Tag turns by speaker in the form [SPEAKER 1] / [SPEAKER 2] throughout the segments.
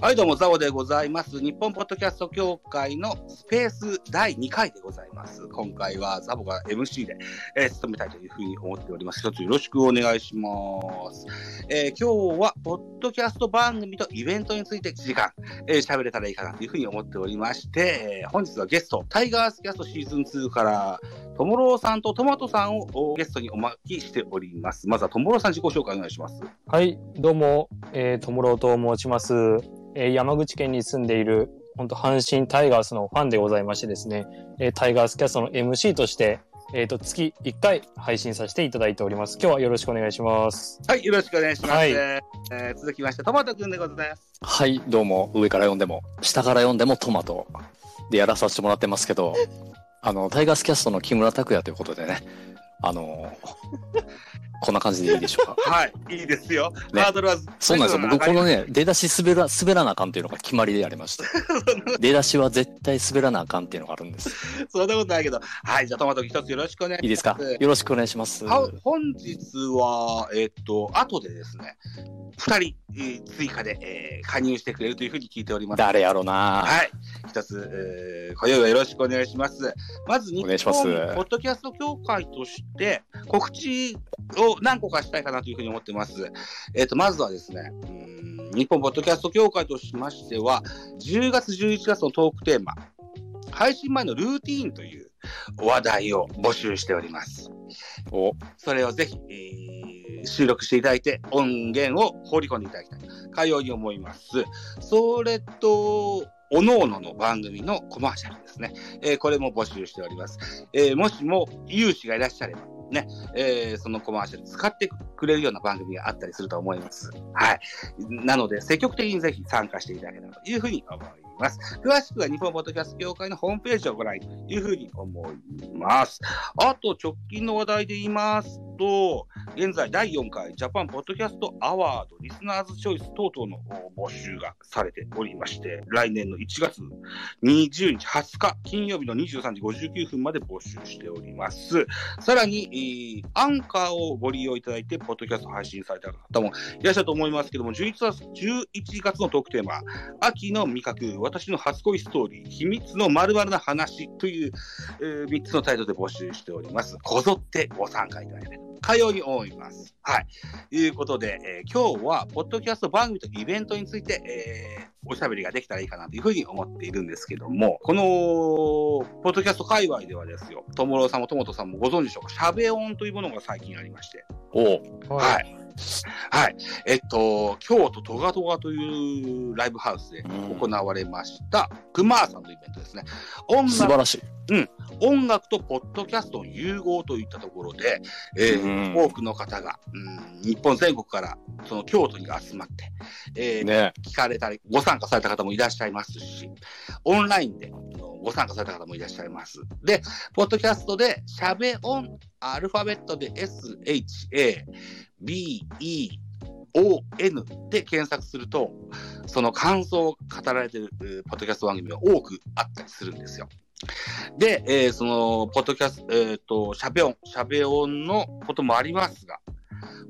[SPEAKER 1] はい、どうも、ザボでございます。日本ポッドキャスト協会のスペース第2回でございます。今回はザボが MC で、えー務めたいというふうに思っております。一つよろしくお願いします。えー今日は、ポッドキャスト番組とイベントについて1時間、えー喋れたらいいかなというふうに思っておりまして、えー本日はゲスト、タイガースキャストシーズン2から、ともろうさんとトマトさんをゲストにお招きしております。まずはともろうさん自己紹介お願いします。
[SPEAKER 2] はい、どうも、えー、ともろうと申します。えー山口県に住んでいる、本当阪神タイガースのファンでございましてですね、えータイガースキャストの MC として、えっ、と、月1回配信させていただいております。今日はよろしくお願いします。
[SPEAKER 1] はい、よろしくお願いします。
[SPEAKER 2] はい
[SPEAKER 1] えー続きまして、トマトくんでございます。
[SPEAKER 3] はい、どうも、上から読んでも、下から読んでもトマトでやらさせてもらってますけど、 あの、タイガースキャストの木村拓哉ということでね、あの、 こんな感じでいいでしょうか。
[SPEAKER 1] はい、いいですよ。
[SPEAKER 3] ね
[SPEAKER 1] ハードルは、
[SPEAKER 3] そ うなんですよ。僕、このね、出だし滑ら、滑らなあかんっていうのが決まりであり まして。出だしは絶対滑らなあかんっていうのがあるんです。
[SPEAKER 1] そんなことないけど。はい、じゃあトマトくん一つよろしくお願い
[SPEAKER 3] いいで すかよろしくお願いします。
[SPEAKER 1] は
[SPEAKER 3] は
[SPEAKER 1] 本日は、えっと、後でですね、二人、えー追加で、えー加入してくれるというふうに聞いております。
[SPEAKER 3] 誰やろな
[SPEAKER 1] はい。一つ、えー、今宵はよろしくお願いします。まず、日
[SPEAKER 3] お
[SPEAKER 1] 本
[SPEAKER 3] 願いします
[SPEAKER 1] ポッドキャスト協会として、告知を何個かしたいかなというふうに思ってます。えっ、と、まずはですね、うーん日本ポッドキャスト協会としましては、10月、11月のトークテーマ、配信前のルーティーンという話題を募集しております。
[SPEAKER 3] お、
[SPEAKER 1] それをぜひ、えー収録していただいて、音源を放り込んでいただきたい。かように思います。それと、おのおのの番組のコマーシャルですね。えーこれも募集しております。えーもしも有志がいらっしゃれば、ね、えーそのコマーシャル使ってくれるような番組があったりすると思います。はい。なので、積極的にぜひ参加していただければというふうに思います。詳しくは日本ポッドキャスト協会のホームページをご覧というふうに思います。あと、直近の話題で言いますと、現在第4回ジャパンポッドキャストアワードリスナーズチョイス等々の募集がされておりまして、来年の1月20日、20日、金曜日の23時59分まで募集しております。さらに、えーアンカーをご利用いただいて、ポッドキャスト配信された方もいらっしゃると思いますけども、11月 ,11 月のトークテーマ、秋の味覚、私の初恋ストーリー、秘密の〇〇な話という、え3つのタイトルで募集しております。こぞってご参加いただければ。かように思います。はい。ということで、えー今日は、ポッドキャスト番組とイベントについて、えーおしゃべりができたらいいかなというふうに思っているんですけども、この、ポッドキャスト界隈ではですよ、ともろうさんもともとさんもご存知でしょうか、しゃべ音というものが最近ありまして、
[SPEAKER 3] お、
[SPEAKER 1] は。い。はい。えっと、京都トガトガというライブハウスで行われました、クマーさんのイベントですね。音
[SPEAKER 3] 素晴
[SPEAKER 1] 楽
[SPEAKER 3] らしい。
[SPEAKER 1] 音楽とポッドキャストの融合といったところで、えー
[SPEAKER 3] うん
[SPEAKER 1] 多くの方が、うん、日本全国からその京都に集まって、えー
[SPEAKER 3] ね
[SPEAKER 1] 聞かれたり、ご参加された方もいらっしゃいますし、オンラインであのご参加された方もいらっしゃいます。で、ポッドキャストで、しゃべ音アルファベットで S, H, A, B, E, O, N で検索すると、その感想を語られているえーポッドキャスト番組が多くあったりするんですよ。で、えーその、ポッドキャスト、えっ、と、しゃべ音、しゃべ音のこともありますが、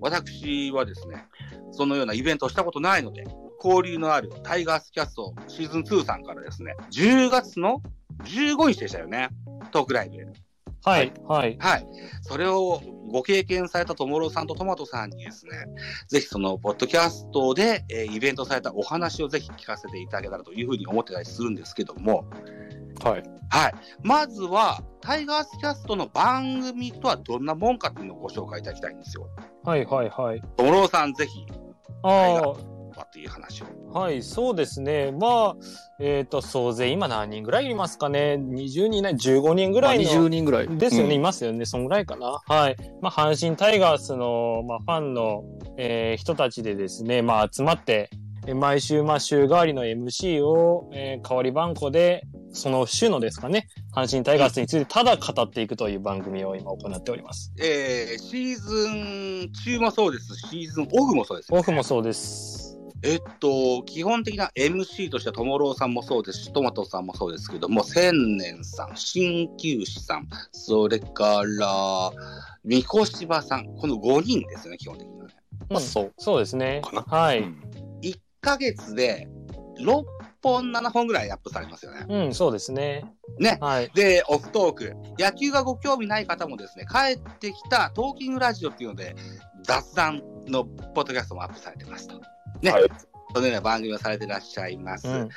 [SPEAKER 1] 私はですね、そのようなイベントをしたことないので、交流のあるタイガースキャストシーズン2さんからですね、10月の15日でしたよね、トークライブ。
[SPEAKER 2] はい、はい。
[SPEAKER 1] はい。それをご経験されたともろさんとトマトさんにですね、ぜひその、ポッドキャストで、えーイベントされたお話をぜひ聞かせていただけたらというふうに思ってたりするんですけども、
[SPEAKER 3] はい。
[SPEAKER 1] はい。まずは、タイガースキャストの番組とはどんなもんかっていうのをご紹介いただきたいんですよ。
[SPEAKER 2] はい、はい、はい。
[SPEAKER 1] ともろさん、ぜひ、
[SPEAKER 2] ああ、
[SPEAKER 1] はっていう話を。
[SPEAKER 2] はい、そうですね。まあ、えっ、と、総勢今何人ぐらいいますかね。20人いない、15人ぐ
[SPEAKER 3] まあ
[SPEAKER 2] らいの。
[SPEAKER 3] 20人ぐらい。
[SPEAKER 2] ですよね、
[SPEAKER 3] う
[SPEAKER 2] い
[SPEAKER 3] ん
[SPEAKER 2] ますよね、そんぐらいかな。はい。まあ、阪神タイガースの、まあ、ファンの、えー人たちでですね、まあ、集まって、えー毎週、まあ、週替わりの MC を、えー代わり番号で、その週のですかね、阪神タイガースについてただ語っていくという番組を今行っております。
[SPEAKER 1] えーシーズン中もそうですし、シーズンオフもそうですよね、
[SPEAKER 2] オフもそうです。
[SPEAKER 1] えっと、基本的な MC としては、ともろうさんもそうですし、トマトさんもそうですけども、千年さん、鍼灸師さん、それから、三越芝さん、この5人ですよね、基本的にはね。
[SPEAKER 2] うん
[SPEAKER 3] そう。
[SPEAKER 2] そうですね
[SPEAKER 3] かな。
[SPEAKER 2] はい。
[SPEAKER 3] うん
[SPEAKER 1] 1ヶ月で6本、7本ぐらいアップされますよね。
[SPEAKER 2] うん、そうですね。
[SPEAKER 1] ね
[SPEAKER 2] はい。
[SPEAKER 1] で、オフトーク。野球がご興味ない方もですね、帰ってきたトーキングラジオっていうので、雑談のポッドキャストもアップされてますと。ね。
[SPEAKER 4] はい
[SPEAKER 1] そのような番組をされてらっしゃいます。
[SPEAKER 2] うん。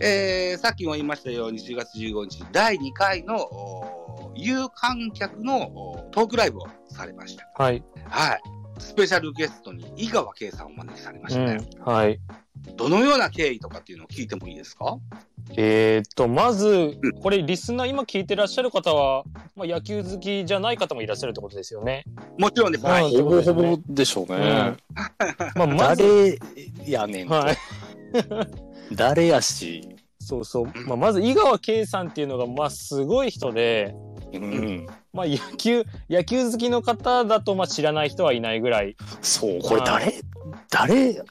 [SPEAKER 1] えーさっきも言いましたように、10月15日、第2回の、おー有観客のおートークライブをされました。
[SPEAKER 2] はい。
[SPEAKER 1] はい。スペシャルゲストに井川圭さんをお招きされまし
[SPEAKER 2] う
[SPEAKER 1] たね。
[SPEAKER 2] ん。はい。
[SPEAKER 1] どのような経緯とかっていうのを聞いてもいいですか
[SPEAKER 2] えーっと、まず、これ、リスナー、今聞いてらっしゃる方は、まあ、野球好きじゃない方もいらっしゃるってことですよ ね。
[SPEAKER 1] もちろんです。は
[SPEAKER 2] うん
[SPEAKER 1] い。
[SPEAKER 3] ほぼほぼでしょうね。
[SPEAKER 2] まあ、まず、
[SPEAKER 3] 誰やねん。
[SPEAKER 2] はい。
[SPEAKER 3] 誰やし。
[SPEAKER 2] そうそう。まあ、まず、井川圭さんっていうのが、まあ、すごい人で、
[SPEAKER 3] うん。
[SPEAKER 2] まあ、野球、野球好きの方だと、まあ、知らない人はいないぐらい、
[SPEAKER 3] そう、これ誰、誰、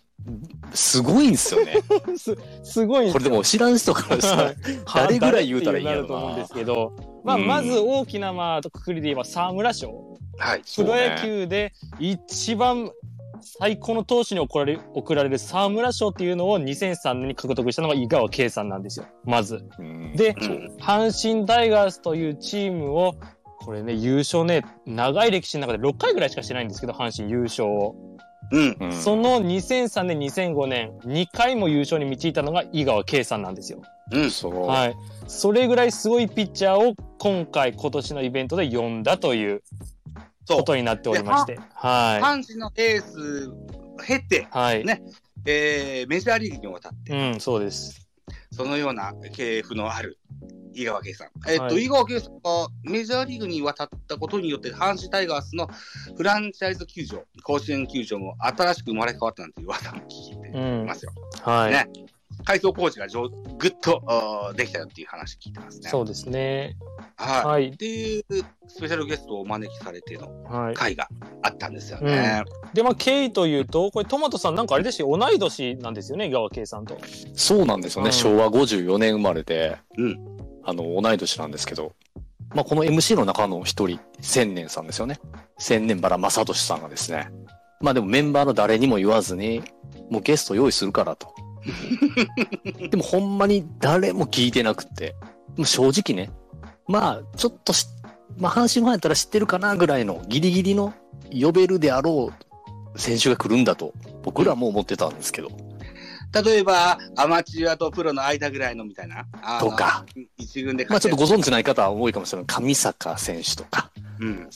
[SPEAKER 3] すごいんです よね。
[SPEAKER 2] す、すごい
[SPEAKER 3] これでも知らん人から したら、誰ぐらい言うたらいいんやろ
[SPEAKER 2] なると思うん
[SPEAKER 3] な
[SPEAKER 2] です。けど、まあ、
[SPEAKER 3] うん
[SPEAKER 2] まず大きな、まあ、くくりで言えば沢村賞。
[SPEAKER 1] はい。
[SPEAKER 2] プロ野球で一番最高の投手に贈られる贈られる沢村賞っていうのを2003年に獲得したのが井川圭さんなんですよ、まず。
[SPEAKER 3] うん
[SPEAKER 2] で、
[SPEAKER 1] うん
[SPEAKER 2] 阪神タイガースというチームを、これね、優勝ね、長い歴史の中で6回ぐらいしかしてないんですけど、阪神優勝を。
[SPEAKER 1] うん。
[SPEAKER 3] うん
[SPEAKER 2] その2003年、2005年、2回も優勝に導いたのが井川圭さんなんですよ。
[SPEAKER 1] うん。
[SPEAKER 3] そう。
[SPEAKER 2] はい。それぐらいすごいピッチャーを今回、今年のイベントで呼んだという
[SPEAKER 1] そう
[SPEAKER 2] ことになっておりまして。はい。
[SPEAKER 1] 阪神のエース経て、
[SPEAKER 2] はい。
[SPEAKER 1] ねえーメジャーリーグに渡って、
[SPEAKER 2] うん、そうです。
[SPEAKER 1] そのような系譜のある井川圭さん。えっと、
[SPEAKER 2] はい
[SPEAKER 1] 井川圭さんがメジャーリーグに渡ったことによって、阪神タイガースのフランチャイズ球場、甲子園球場も新しく生まれ変わったなんていう噂も聞いて
[SPEAKER 2] うん
[SPEAKER 1] ま。すよ。
[SPEAKER 2] はい。
[SPEAKER 1] ね改装工事がじょぐっとあーできたよっていう話聞いてますね。
[SPEAKER 2] そうですね。
[SPEAKER 1] はい。
[SPEAKER 2] はい
[SPEAKER 1] っ。ていうスペシャルゲストをお招きされての
[SPEAKER 2] はい。
[SPEAKER 1] 会があったんですよね。
[SPEAKER 2] で、まあ、ケイというと、これ、トマトさん、なんかあれですよ、同い年なんですよね、井川圭さんと。
[SPEAKER 3] そうなんですよ
[SPEAKER 2] う
[SPEAKER 3] ね、
[SPEAKER 2] ん
[SPEAKER 3] 昭和54年生まれで、
[SPEAKER 1] うん
[SPEAKER 3] あの同い年なんですけど、まあ、この MC の中の一人千年さんですよね千年原正俊さんがですねまあでもメンバーの誰にも言わずにもうゲスト用意するからとでもほんまに誰も聞いてなくってもう正直ねまあちょっとし、まあ、阪神ファンやったら知ってるかなぐらいのギリギリの呼べるであろう選手が来るんだと僕らも思ってたんですけど、
[SPEAKER 1] 例えば、アマチュアとプロの間ぐらいのみたいな。あの
[SPEAKER 3] とか。
[SPEAKER 1] 一軍で
[SPEAKER 3] まあ、ち
[SPEAKER 1] 活
[SPEAKER 3] ょっと
[SPEAKER 1] 躍
[SPEAKER 3] ご存知ない方は多いかもしれない。上坂選手とか、
[SPEAKER 1] うん。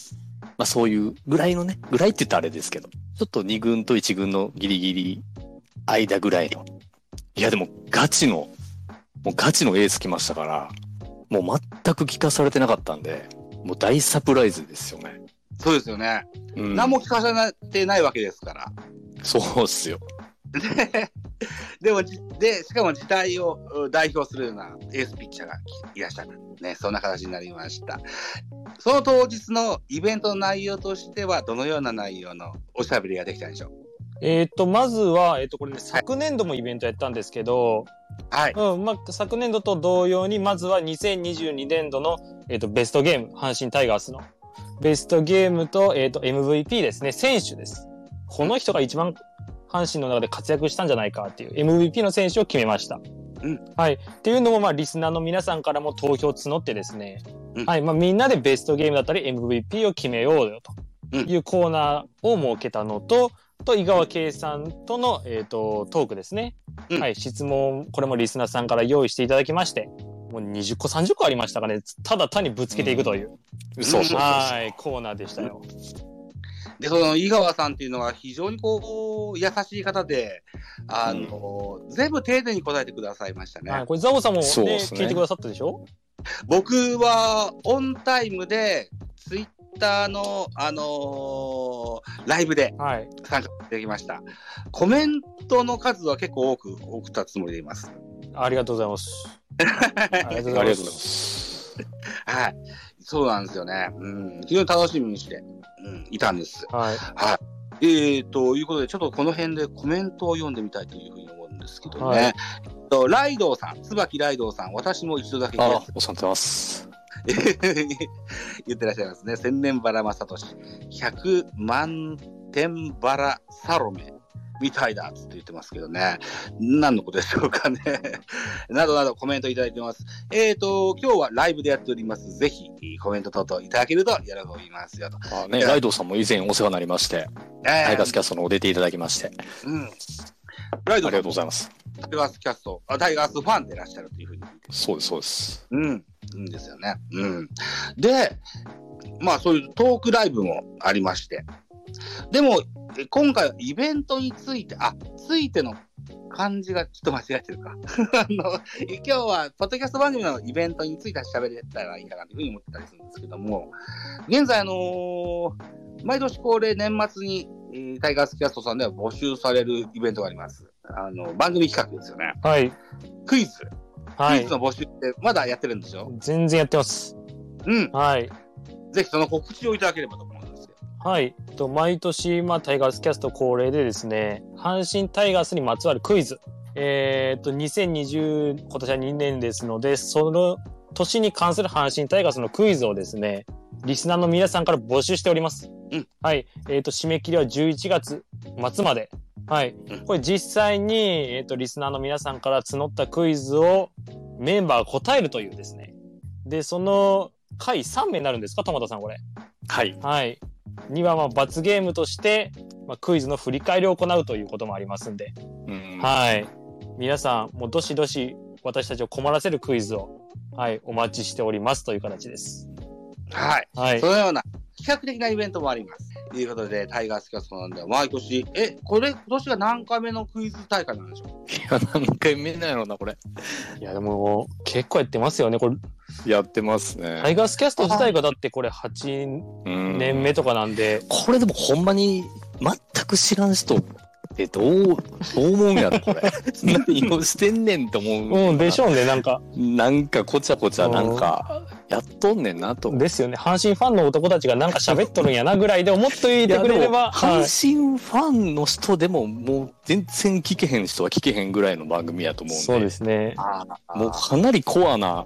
[SPEAKER 3] まあ、そういうぐらいのね、ぐらいって言ったらあれですけど、ちょっと2軍と1軍のギリギリ間ぐらいの。いや、でもガチの、もうガチのエース来ましたから、もう全く聞かされてなかったんで、もう大サプライズですよね。
[SPEAKER 1] そうですよね。
[SPEAKER 3] うん、
[SPEAKER 1] 何も聞かされてないわけですから。
[SPEAKER 3] そうっすよ。
[SPEAKER 1] でもじ、で、しかも時代をう代表するようなエースピッチャーがいらっしゃる。ね、そんな形になりました。その当日のイベントの内容としては、どのような内容のおしゃべりができたんでしょう
[SPEAKER 2] えーっと、まずは、えーっと、これね、昨年度もイベントやったんですけど、
[SPEAKER 1] はい。
[SPEAKER 2] うん、まあ、昨年度と同様に、まずは2022年度の、えーっと、ベストゲーム、阪神タイガースの。ベストゲームと、えーっと、MVP ですね、選手です。この人が一番阪神の中で活躍したんじゃないかっていう MVP の選手を決めました。
[SPEAKER 1] うん
[SPEAKER 2] はい。っていうのも、まあ、リスナーの皆さんからも投票募ってですね、
[SPEAKER 1] うん
[SPEAKER 2] はい。まあ、みんなでベストゲームだったり MVP を決めようよと
[SPEAKER 1] うん
[SPEAKER 2] いうコーナーを設けたのと、と、井川圭さんとの、えっ、と、トークですね。
[SPEAKER 1] うん
[SPEAKER 2] はい。質問、これもリスナーさんから用意していただきまして、もう20個、30個ありましたかね。ただ単にぶつけていくという、
[SPEAKER 3] そうそうそう。
[SPEAKER 2] はい、コーナーでしたよ。
[SPEAKER 1] で、その井川さんっていうのは非常にこう、優しい方で、あの、全部丁寧に答えてくださいましたね。
[SPEAKER 2] はい。これ、ザボさんもね、
[SPEAKER 3] そうですね
[SPEAKER 2] 聞いてくださったでしょ
[SPEAKER 1] 僕はオンタイムで、ツイッターの、あのーライブで、
[SPEAKER 2] はい。
[SPEAKER 1] 参加できました。コメントの数は結構多く送ったつもりでいます。
[SPEAKER 2] ありがとうございます。ありがとう
[SPEAKER 3] あり
[SPEAKER 2] ござい
[SPEAKER 3] がとう
[SPEAKER 2] ま。
[SPEAKER 3] ございますす。
[SPEAKER 1] はい。そうなんですよね。うん。非常に楽しみにして、うん、いたんです。
[SPEAKER 2] はい。
[SPEAKER 1] はい。えー、ということで、ちょっとこの辺でコメントを読んでみたいというふうに思うんですけどね。
[SPEAKER 2] はい
[SPEAKER 1] えっとライドウさん、椿ライドウさん、私も一度だけ
[SPEAKER 3] あ、お世話になってます。
[SPEAKER 1] 言ってらっしゃいますね。千年バラ正俊、百万点バラサロメ、みたいだっつって言ってますけどね。何のことでしょうかね。 などなどコメントいただいてます。えっ、と、今日はライブでやっております。ぜひ、コメント等々いただけると喜びますよと。
[SPEAKER 3] あね、ライドさんも以前お世話になりまして、
[SPEAKER 1] え
[SPEAKER 3] タイガースキャストのお出ていただきまして、あ
[SPEAKER 1] うん。ライ
[SPEAKER 3] り
[SPEAKER 1] ドさ
[SPEAKER 3] がと
[SPEAKER 1] ん
[SPEAKER 3] うございます。
[SPEAKER 1] タイガースキャスト、あタイガースファンでいらっしゃるというふうに聞いて
[SPEAKER 3] そうです、そうです。
[SPEAKER 1] うん。いいんですよね。うん。で、まあそういうトークライブもありまして。でも、え今回はイベントについて、あ、ついての漢字がちょっと間違えてるか。 あの、今日は、ポッドキャスト番組のイベントについて喋れたらいいかなというふうに思ってたりするんですけども、現在、あのー毎年恒例年末に、えータイガースキャストさんでは募集されるイベントがあります。あの、番組企画ですよね。
[SPEAKER 2] はい。
[SPEAKER 1] クイズ。
[SPEAKER 2] は
[SPEAKER 1] クイ
[SPEAKER 2] い
[SPEAKER 1] ズ。の募集ってまだやってるんでしょ
[SPEAKER 2] 全然やってます。
[SPEAKER 1] うん。
[SPEAKER 2] はい。
[SPEAKER 1] ぜひその告知をいただければと思うんですよ。
[SPEAKER 2] はい。と毎年、まあ、タイガースキャスト恒例でですね、阪神タイガースにまつわるクイズ。えっと、2020、今年は2年ですので、その年に関する阪神タイガースのクイズをですね、リスナーの皆さんから募集しております。
[SPEAKER 1] うん
[SPEAKER 2] はい。えっ、と、締め切りは11月末まで。はい
[SPEAKER 1] うん。
[SPEAKER 2] これ実際に、えっ、と、リスナーの皆さんから募ったクイズをメンバーが答えるというですね。で、その回3名になるんですか、トマトさん、これ。
[SPEAKER 3] はい。
[SPEAKER 2] はい。にはまあ罰ゲームとして、まあ、クイズの振り返りを行うということもありますんで、
[SPEAKER 3] うん、
[SPEAKER 2] はい。皆さん、もうどしどし私たちを困らせるクイズを、はい、お待ちしておりますという形です。
[SPEAKER 1] はい。
[SPEAKER 2] はい
[SPEAKER 1] そ。のような企画的なイベントもあります。ということで、タイガースキャストなんでは毎年、え、これ、今年が何回目のクイズ大会なんでしょ
[SPEAKER 3] いや、何回見ないのな、これ。
[SPEAKER 2] いや、でも、結構やってますよね。これ、
[SPEAKER 3] やってます
[SPEAKER 2] タイ
[SPEAKER 3] ね。
[SPEAKER 2] ガースキャスト自体がだってこれ8
[SPEAKER 3] うん
[SPEAKER 2] 年目とかなんで、
[SPEAKER 3] これでもほんまに全く知らん人ってどう、どう思うんや ろ、これ。何をしてんねんと思う。
[SPEAKER 2] うん、でしょうね、なんか。
[SPEAKER 3] なんかこちゃこちゃ、なんか、やっとんねんなと。
[SPEAKER 2] ですよね。阪神ファンの男たちがなんか喋っとるんやなぐらいで思っといてくれれ
[SPEAKER 3] いやで
[SPEAKER 2] ば、
[SPEAKER 3] も
[SPEAKER 2] はい
[SPEAKER 3] 阪神ファンの人でももう全然聞けへん人は聞けへんぐらいの番組やと思うんで
[SPEAKER 2] そうですね。
[SPEAKER 1] あ
[SPEAKER 3] もうかなりコアな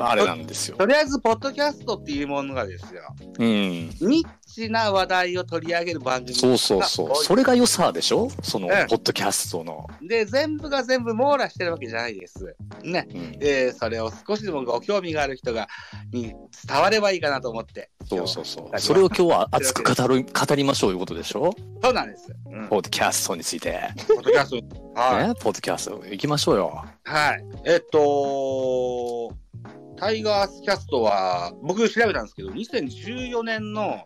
[SPEAKER 3] あれなんですよ。
[SPEAKER 1] とりあえず、ポッドキャストっていうものがですよ、
[SPEAKER 3] うん、
[SPEAKER 1] ニッチな話題を取り上げる番組
[SPEAKER 3] そうそうそうそれが良さでしょその
[SPEAKER 1] ええ
[SPEAKER 3] ポッドキャストの。
[SPEAKER 1] で、全部が全部網羅してるわけじゃないです。ね。
[SPEAKER 3] うん
[SPEAKER 1] えーそれを少しでもご興味がある人が、に伝わればいいかなと思って。。
[SPEAKER 3] そうそううそうそれを今日は熱く語る語りましょういうことでしょ
[SPEAKER 1] そうなんです。うん、ポ
[SPEAKER 3] ポッドキャストについて、ね、
[SPEAKER 1] ッドキャスト。はい。
[SPEAKER 3] ポッドキャスト行きましょうよ
[SPEAKER 1] はい。えっと、タイガースキャストは、僕調べたんですけど、2014年の、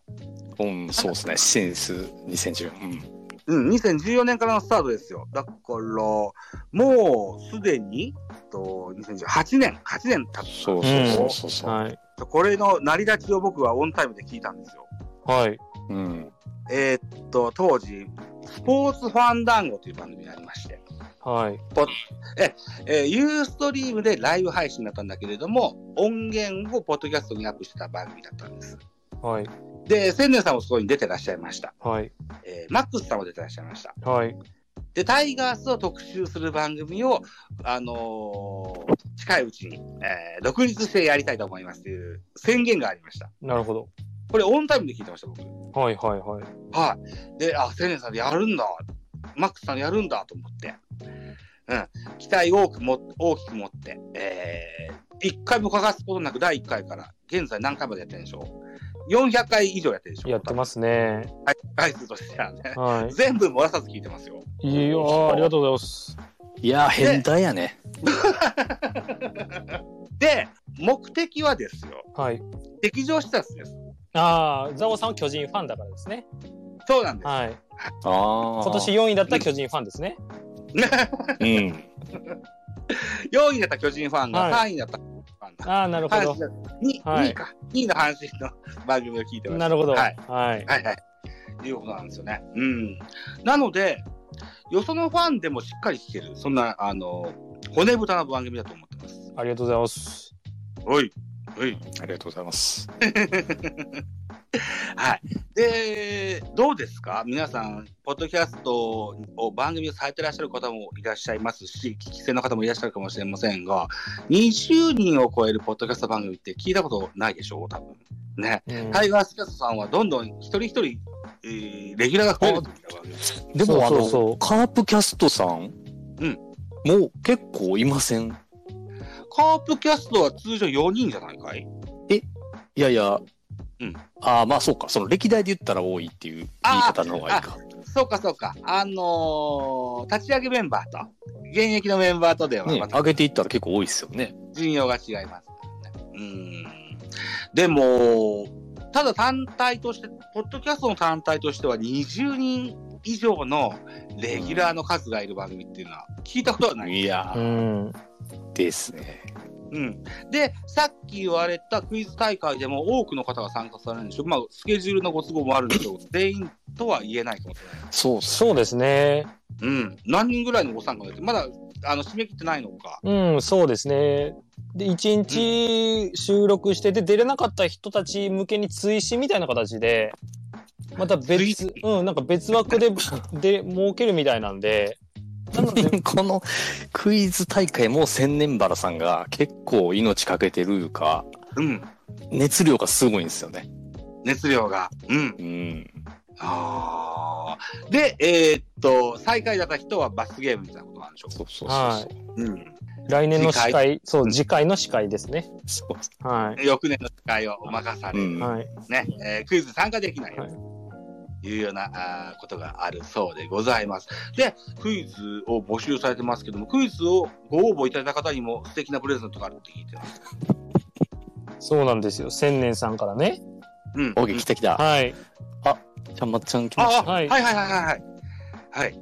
[SPEAKER 3] うんそうですねシンス2010うん
[SPEAKER 1] うん、2014年からのスタートですよ。だから、もうすでに、えっと2018年、8年経つ。
[SPEAKER 3] そうそうそうそうそう
[SPEAKER 2] はい。
[SPEAKER 1] これの成り立ちを僕はオンタイムで聞いたんですよ。
[SPEAKER 2] はい。
[SPEAKER 3] うん
[SPEAKER 1] えっと、当時、スポーツファンダンゴという番組がありまして、
[SPEAKER 2] はい。
[SPEAKER 1] えー、ユーストリームでライブ配信だったんだけれども、音源をポッドキャストにアップしてた番組だったんです。
[SPEAKER 2] はい。
[SPEAKER 1] で、千年さんもそこに出てらっしゃいました。
[SPEAKER 2] はい。
[SPEAKER 1] えーマックスさんも出てらっしゃいました。
[SPEAKER 2] はい。
[SPEAKER 1] で、タイガースを特集する番組を、あのー近いうちに、えー独立してやりたいと思いますという宣言がありました。
[SPEAKER 2] なるほど。
[SPEAKER 1] これオンタイムで聞いてました、僕。
[SPEAKER 2] はいはいはい。
[SPEAKER 1] はい。で、あ、千年さんでやるんだ。マックスさんでやるんだと思って。うん。期待を多くも大きく持って、えー、1回も欠かすことなく第1回から、現在何回までやってるんでしょう ?400 回以上やってるでしょ
[SPEAKER 2] やってますね。
[SPEAKER 1] はい回数としてはね。
[SPEAKER 2] は
[SPEAKER 1] 全部漏らさず聞いてますよ。
[SPEAKER 2] い。いやーありがとうございます。
[SPEAKER 3] いやー変態やね
[SPEAKER 1] で、目的はですよ、
[SPEAKER 2] はい。
[SPEAKER 1] 敵情視察です。
[SPEAKER 2] ああ、ザオさんは巨人ファンだからですね。
[SPEAKER 1] そうなんです。
[SPEAKER 2] はい。
[SPEAKER 3] ああ
[SPEAKER 2] 今年4位だった巨人ファンですね。
[SPEAKER 3] うん
[SPEAKER 1] 4位だった巨人ファンが、
[SPEAKER 2] は
[SPEAKER 1] 3位だったファンが、
[SPEAKER 2] ああ、なるほ
[SPEAKER 1] 阪
[SPEAKER 2] ど
[SPEAKER 1] 神。だ2、
[SPEAKER 2] はい
[SPEAKER 1] 2位か、2位の阪神の番組を聞いてます。
[SPEAKER 2] なるほど。
[SPEAKER 1] は
[SPEAKER 2] はいい。。
[SPEAKER 1] はいはい。いうことなんですよね。うん。なので、よそのファンでもしっかり聞ける、そんな、あの、骨太な番組だと思ってます。
[SPEAKER 2] ありがとうございます。
[SPEAKER 1] おい、おい。
[SPEAKER 3] ありがとうございます
[SPEAKER 1] はい。で、どうですか皆さん、ポッドキャストを番組をされてらっしゃる方もいらっしゃいますし、聞き手の方もいらっしゃるかもしれませんが、20人を超えるポッドキャスト番組って聞いたことないでしょう多分。ね。
[SPEAKER 2] うん
[SPEAKER 1] タイガースキャストさんはどんどん一人一人えーレギュラーが増えるときだわけです。
[SPEAKER 3] でも
[SPEAKER 2] そうそうそう
[SPEAKER 3] あの、カープキャストさん、
[SPEAKER 1] うん
[SPEAKER 3] もう結構いません
[SPEAKER 1] カープキャストは通常4人じゃないかい
[SPEAKER 3] いやいや、
[SPEAKER 1] うん
[SPEAKER 3] ああ、まあそうか、その歴代で言ったら多いっていう言い方の方がいいか。
[SPEAKER 1] そうかそうか。あのー立ち上げメンバーと、現役のメンバーとでは
[SPEAKER 3] ね
[SPEAKER 1] ま、た
[SPEAKER 3] 上げていったら結構多いですよね。
[SPEAKER 1] 陣容が違いますからね。うん。でも、ただ単体として、ポッドキャストの単体としては20人以上のレギュラーの数がいる番組っていうのは聞いたことはない。
[SPEAKER 3] いや
[SPEAKER 2] う
[SPEAKER 3] ー、
[SPEAKER 2] ん。
[SPEAKER 3] ですね。
[SPEAKER 1] うん。で、さっき言われたクイズ大会でも多くの方が参加されるんでしょまあ、スケジュールのご都合もあるんでしょう。全員とは言えないかもしれない。
[SPEAKER 3] そうっす。
[SPEAKER 2] そうですね。
[SPEAKER 1] うん。何人ぐらいのご参加ですまだ、あの、締め切ってないのか。
[SPEAKER 2] うん、そうですね。で、1日収録してて、出れなかった人たち向けに追試みたいな形で、また
[SPEAKER 1] 追
[SPEAKER 2] 別
[SPEAKER 1] 試、
[SPEAKER 2] うん、なんか別枠で、 で、設けるみたいなんで、な ので、
[SPEAKER 3] このクイズ大会も千年原さんが結構命かけてるか、
[SPEAKER 1] うん。
[SPEAKER 3] 熱量がすごいんですよね。
[SPEAKER 1] 熱量が。うん。
[SPEAKER 3] うん。
[SPEAKER 1] ああ。で、えーっと、最下位だった人は罰ゲームみたいなことなんでしょ
[SPEAKER 3] そうそうそうそう。
[SPEAKER 2] は
[SPEAKER 1] う。うん。
[SPEAKER 2] 来年の司
[SPEAKER 1] 次
[SPEAKER 2] 会、そう、次回の司会ですね。
[SPEAKER 3] そう
[SPEAKER 2] は
[SPEAKER 1] 翌年の司会を任され
[SPEAKER 3] う
[SPEAKER 1] る、
[SPEAKER 3] ん
[SPEAKER 2] い。はい。
[SPEAKER 1] ね、えークイズ参加できないよ
[SPEAKER 2] はい
[SPEAKER 1] というような、あーことがあるそうでございます。で、クイズを募集されてますけども、クイズをご応募いただいた方にも素敵なプレゼントがあるって聞いてます。
[SPEAKER 2] そうなんですよ。千年さんからね。
[SPEAKER 1] うん。
[SPEAKER 3] オーケー来た来た。
[SPEAKER 2] はい。
[SPEAKER 3] ちゃんまっちゃん来まし
[SPEAKER 1] あ
[SPEAKER 3] た。
[SPEAKER 1] あ、
[SPEAKER 2] は
[SPEAKER 1] はいいはいはいはいはい。はい。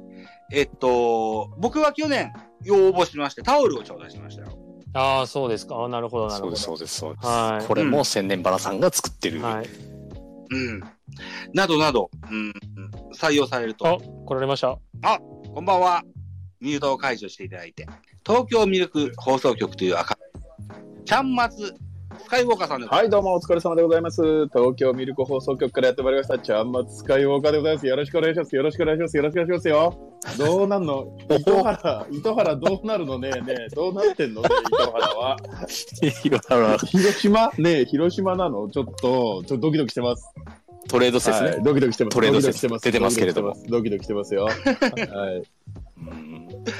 [SPEAKER 1] えっと、僕は去年、応募しまして、タオルを頂戴しましたよ。
[SPEAKER 2] ああ、そうですか。あーなるほど、なる
[SPEAKER 3] そ
[SPEAKER 2] ほ
[SPEAKER 3] う
[SPEAKER 2] ど。
[SPEAKER 3] です、そうです、そうです。
[SPEAKER 2] はい
[SPEAKER 3] これも千年原さんが作ってる。
[SPEAKER 2] はい。
[SPEAKER 1] うん。などなど、うん、採用されると。
[SPEAKER 2] あ、来られました。
[SPEAKER 1] こんばんは。ミュートを解除していただいて、東京ミルク放送局という赤、ちゃんまつ、スカイウォーカーさんでござ
[SPEAKER 4] はいい、どうもお疲れ様でございます。東京ミルク放送局からやってまいりました、ちゃんまつスカイウォーカーでございます。よろしくお願いします。よろしくお願いします。よろしくお願いしますよ。どうなんの糸原、糸原どうなるのねえねえ、どうなってんのねえ糸原は。広島ねえ、広島なのちょっと、ちょっとドキドキしてます。
[SPEAKER 3] トレード説ね。
[SPEAKER 4] はい、ドキドキしてます。
[SPEAKER 3] トレード
[SPEAKER 4] ド
[SPEAKER 3] 説
[SPEAKER 4] キドキしてます。
[SPEAKER 3] 出てますけれども
[SPEAKER 4] ドキドキしてます。ドキドキしてますよ。はい。
[SPEAKER 3] うん
[SPEAKER 1] ます。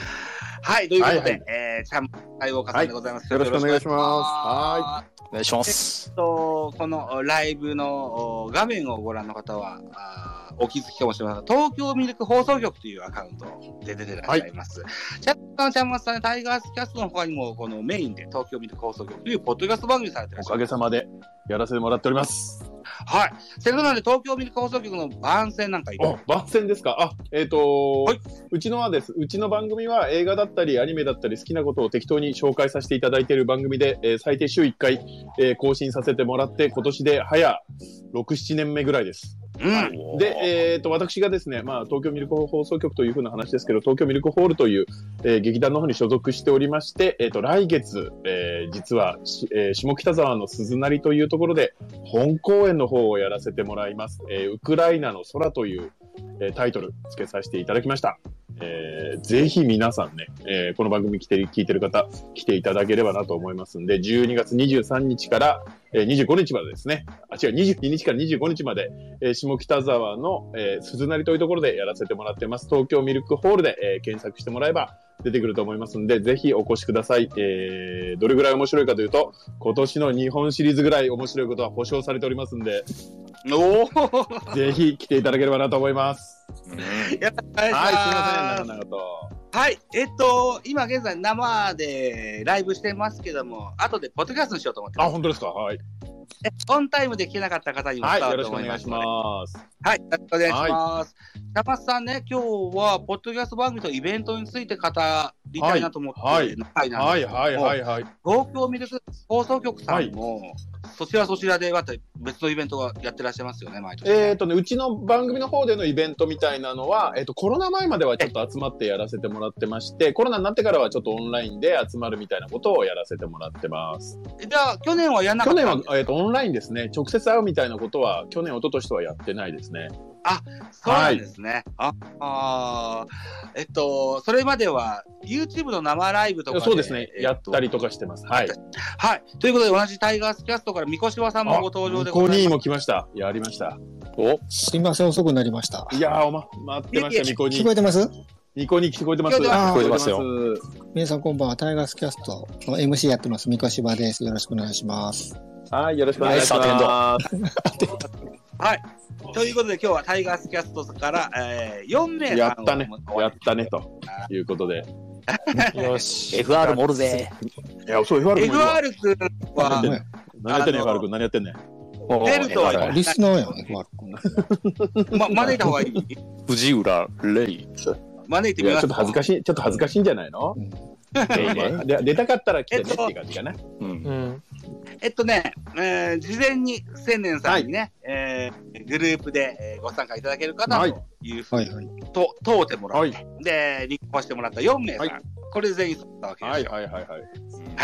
[SPEAKER 1] はい、ということで、
[SPEAKER 4] はいはい
[SPEAKER 1] えーちゃんまつ、スカイウォーカーさんでございます。
[SPEAKER 4] はいよろしくお願いします
[SPEAKER 1] はい。
[SPEAKER 3] お願いします
[SPEAKER 1] えっ。と、このライブのお画面をご覧の方は、あーお気づきかもしれませんが東京ミルク放送局というアカウントで出てらっしゃいます。ちゃんまつちゃんまつさんね、タイガースキャストの他にも、このメインで東京ミルク放送局というポッドキャスト番組されてら
[SPEAKER 4] お
[SPEAKER 1] っしゃ
[SPEAKER 4] か
[SPEAKER 1] い
[SPEAKER 4] げ
[SPEAKER 1] ます。
[SPEAKER 4] さまでやらせてもらっております。
[SPEAKER 1] はい。せっかくなんで、東京ミルク放送局の番宣なんかい
[SPEAKER 4] あ、番宣ですか。あ、えっ、と、
[SPEAKER 1] はいう
[SPEAKER 4] ちのはです。うちの番組は映画だったりアニメだったり好きなことを適当に紹介させていただいている番組で、えー最低週1回、えー更新させてもらって、今年で早6、7年目ぐらいです。
[SPEAKER 1] うん。
[SPEAKER 4] で、えー、と私がですね、まあ、東京ミルク放送局というふうな話ですけど、東京ミルクホールという、えー劇団の方に所属しておりまして、えー、と来月、えー実は、しえー下北沢の鈴なりというところで、本公演の方をやらせてもらいます、えーウクライナの空という、えータイトル、付けさせていただきました。えーぜひ皆さんね、えーこの番組来て聞いてる方、来ていただければなと思いますんで、12月23日から、えー25日までですね、あ、違う、22日から25日まで、えー下北沢の、えー鈴なりというところでやらせてもらってます。東京ミルクホールで、えー検索してもらえば出てくると思いますんで、ぜひお越しください。えーどれぐらい面白いかというと、今年の日本シリーズぐらい面白いことは保証されておりますん で、
[SPEAKER 1] おお
[SPEAKER 4] ぜひ来ていただければなと思います。
[SPEAKER 1] やった
[SPEAKER 4] はい、すいません、
[SPEAKER 1] ん。
[SPEAKER 4] 長々と。
[SPEAKER 1] はい。えっと、今現在生でライブしてますけども、後でポッドキャストにしようと思って
[SPEAKER 4] あ、
[SPEAKER 1] ます。
[SPEAKER 4] 本当ですか。はい。
[SPEAKER 1] オンタイムで聞けなかった方にも
[SPEAKER 4] は
[SPEAKER 1] 伝
[SPEAKER 4] い、
[SPEAKER 1] わ
[SPEAKER 4] よ
[SPEAKER 1] ると
[SPEAKER 4] ろしくお
[SPEAKER 1] 思い
[SPEAKER 4] 願
[SPEAKER 1] ま
[SPEAKER 4] い
[SPEAKER 1] す
[SPEAKER 4] し
[SPEAKER 1] ので。
[SPEAKER 4] ます。
[SPEAKER 1] はい。よろしくお願いします。山本さんね、今日は、ポッドキャスト番組とイベントについて語りたいなと思って、
[SPEAKER 4] はい
[SPEAKER 1] の回なんです
[SPEAKER 4] はい、はい、はい、はい。
[SPEAKER 1] 東京ミルク放送局さんも、そちらそちらでまた別のイベントがやってらっしゃいますよね、毎年ね、
[SPEAKER 4] えっ、とね、うちの番組の方でのイベントみたいなのは、えっ、と、コロナ前まではちょっと集まってやらせてもらってまして、コロナになってからはちょっとオンラインで集まるみたいなことをやらせてもらってます。
[SPEAKER 1] じゃあ、去年はやんなか
[SPEAKER 4] 去
[SPEAKER 1] った
[SPEAKER 4] 年は、えっ、と、オンラインですね。直接会うみたいなことは、去年、一昨年とはやってないですね。
[SPEAKER 1] そうなんですね。ああー、えっと、それまでは YouTube の生ライブとか
[SPEAKER 4] そうですね。
[SPEAKER 1] え
[SPEAKER 4] やったりと
[SPEAKER 1] か。
[SPEAKER 4] かしてます。はい。
[SPEAKER 1] はい。ということで、同じタイガースキャストから、三越和さんもご登場で
[SPEAKER 4] あ
[SPEAKER 1] ご
[SPEAKER 4] 向こ
[SPEAKER 1] ざ
[SPEAKER 4] う
[SPEAKER 1] い
[SPEAKER 4] に
[SPEAKER 1] ま
[SPEAKER 4] も来ました。やりました。
[SPEAKER 1] す。
[SPEAKER 4] お
[SPEAKER 5] すいません、遅くなりました。
[SPEAKER 4] いやー、おま、待ってまし
[SPEAKER 1] いえい
[SPEAKER 4] た、
[SPEAKER 1] え
[SPEAKER 4] ニコニ
[SPEAKER 5] 聞こ。えてます
[SPEAKER 4] ニコニ聞こえてます。
[SPEAKER 1] 聞こえて
[SPEAKER 5] ます
[SPEAKER 4] 聞こえてます
[SPEAKER 3] 聞
[SPEAKER 4] よ。
[SPEAKER 5] 皆さんこんばんは。タイガースキャストの MC やってます。三越場です。よろしくお願いします。
[SPEAKER 4] はい、よろしくお願いし
[SPEAKER 3] ナイスアテン
[SPEAKER 4] ます。
[SPEAKER 1] ということで今日はタイガースキャストから、えー、4名
[SPEAKER 4] やったね
[SPEAKER 1] さんを
[SPEAKER 4] やったね、ということで。
[SPEAKER 2] よ し。
[SPEAKER 3] FR もおるぜ。
[SPEAKER 4] いや、そう、FR 君もいるわ
[SPEAKER 1] FR 君
[SPEAKER 5] ご
[SPEAKER 4] あ
[SPEAKER 5] めん
[SPEAKER 1] は、
[SPEAKER 4] 何やってんねん、
[SPEAKER 1] あの
[SPEAKER 4] FR 君。何やってんねん。
[SPEAKER 1] 出るとは
[SPEAKER 5] あリスナーやん、マルコ
[SPEAKER 1] ま、招いた方がいい。
[SPEAKER 3] 藤浦レイ。
[SPEAKER 1] 招いて
[SPEAKER 4] い
[SPEAKER 1] み
[SPEAKER 4] や、
[SPEAKER 1] ま
[SPEAKER 4] ち
[SPEAKER 1] す
[SPEAKER 4] ょっと恥ずかしい、ちょっと恥ずかしいんじゃないの
[SPEAKER 5] うん
[SPEAKER 4] まあで出たかったら来てねっていう感じかな。
[SPEAKER 3] うん。
[SPEAKER 2] うん。
[SPEAKER 1] えっとね、えー事前に千年さんにね、えーグループでえーご参加いただける方
[SPEAKER 4] はい
[SPEAKER 1] というふう
[SPEAKER 5] は
[SPEAKER 1] に、
[SPEAKER 5] いはい。
[SPEAKER 1] と問うてもらっ
[SPEAKER 4] はい。
[SPEAKER 1] て、で、立候補してもらった4名さん、
[SPEAKER 4] はい
[SPEAKER 1] これ全員取ったわけで
[SPEAKER 4] は
[SPEAKER 1] す
[SPEAKER 4] い、
[SPEAKER 1] よ。
[SPEAKER 4] はい、はい、はい。
[SPEAKER 1] は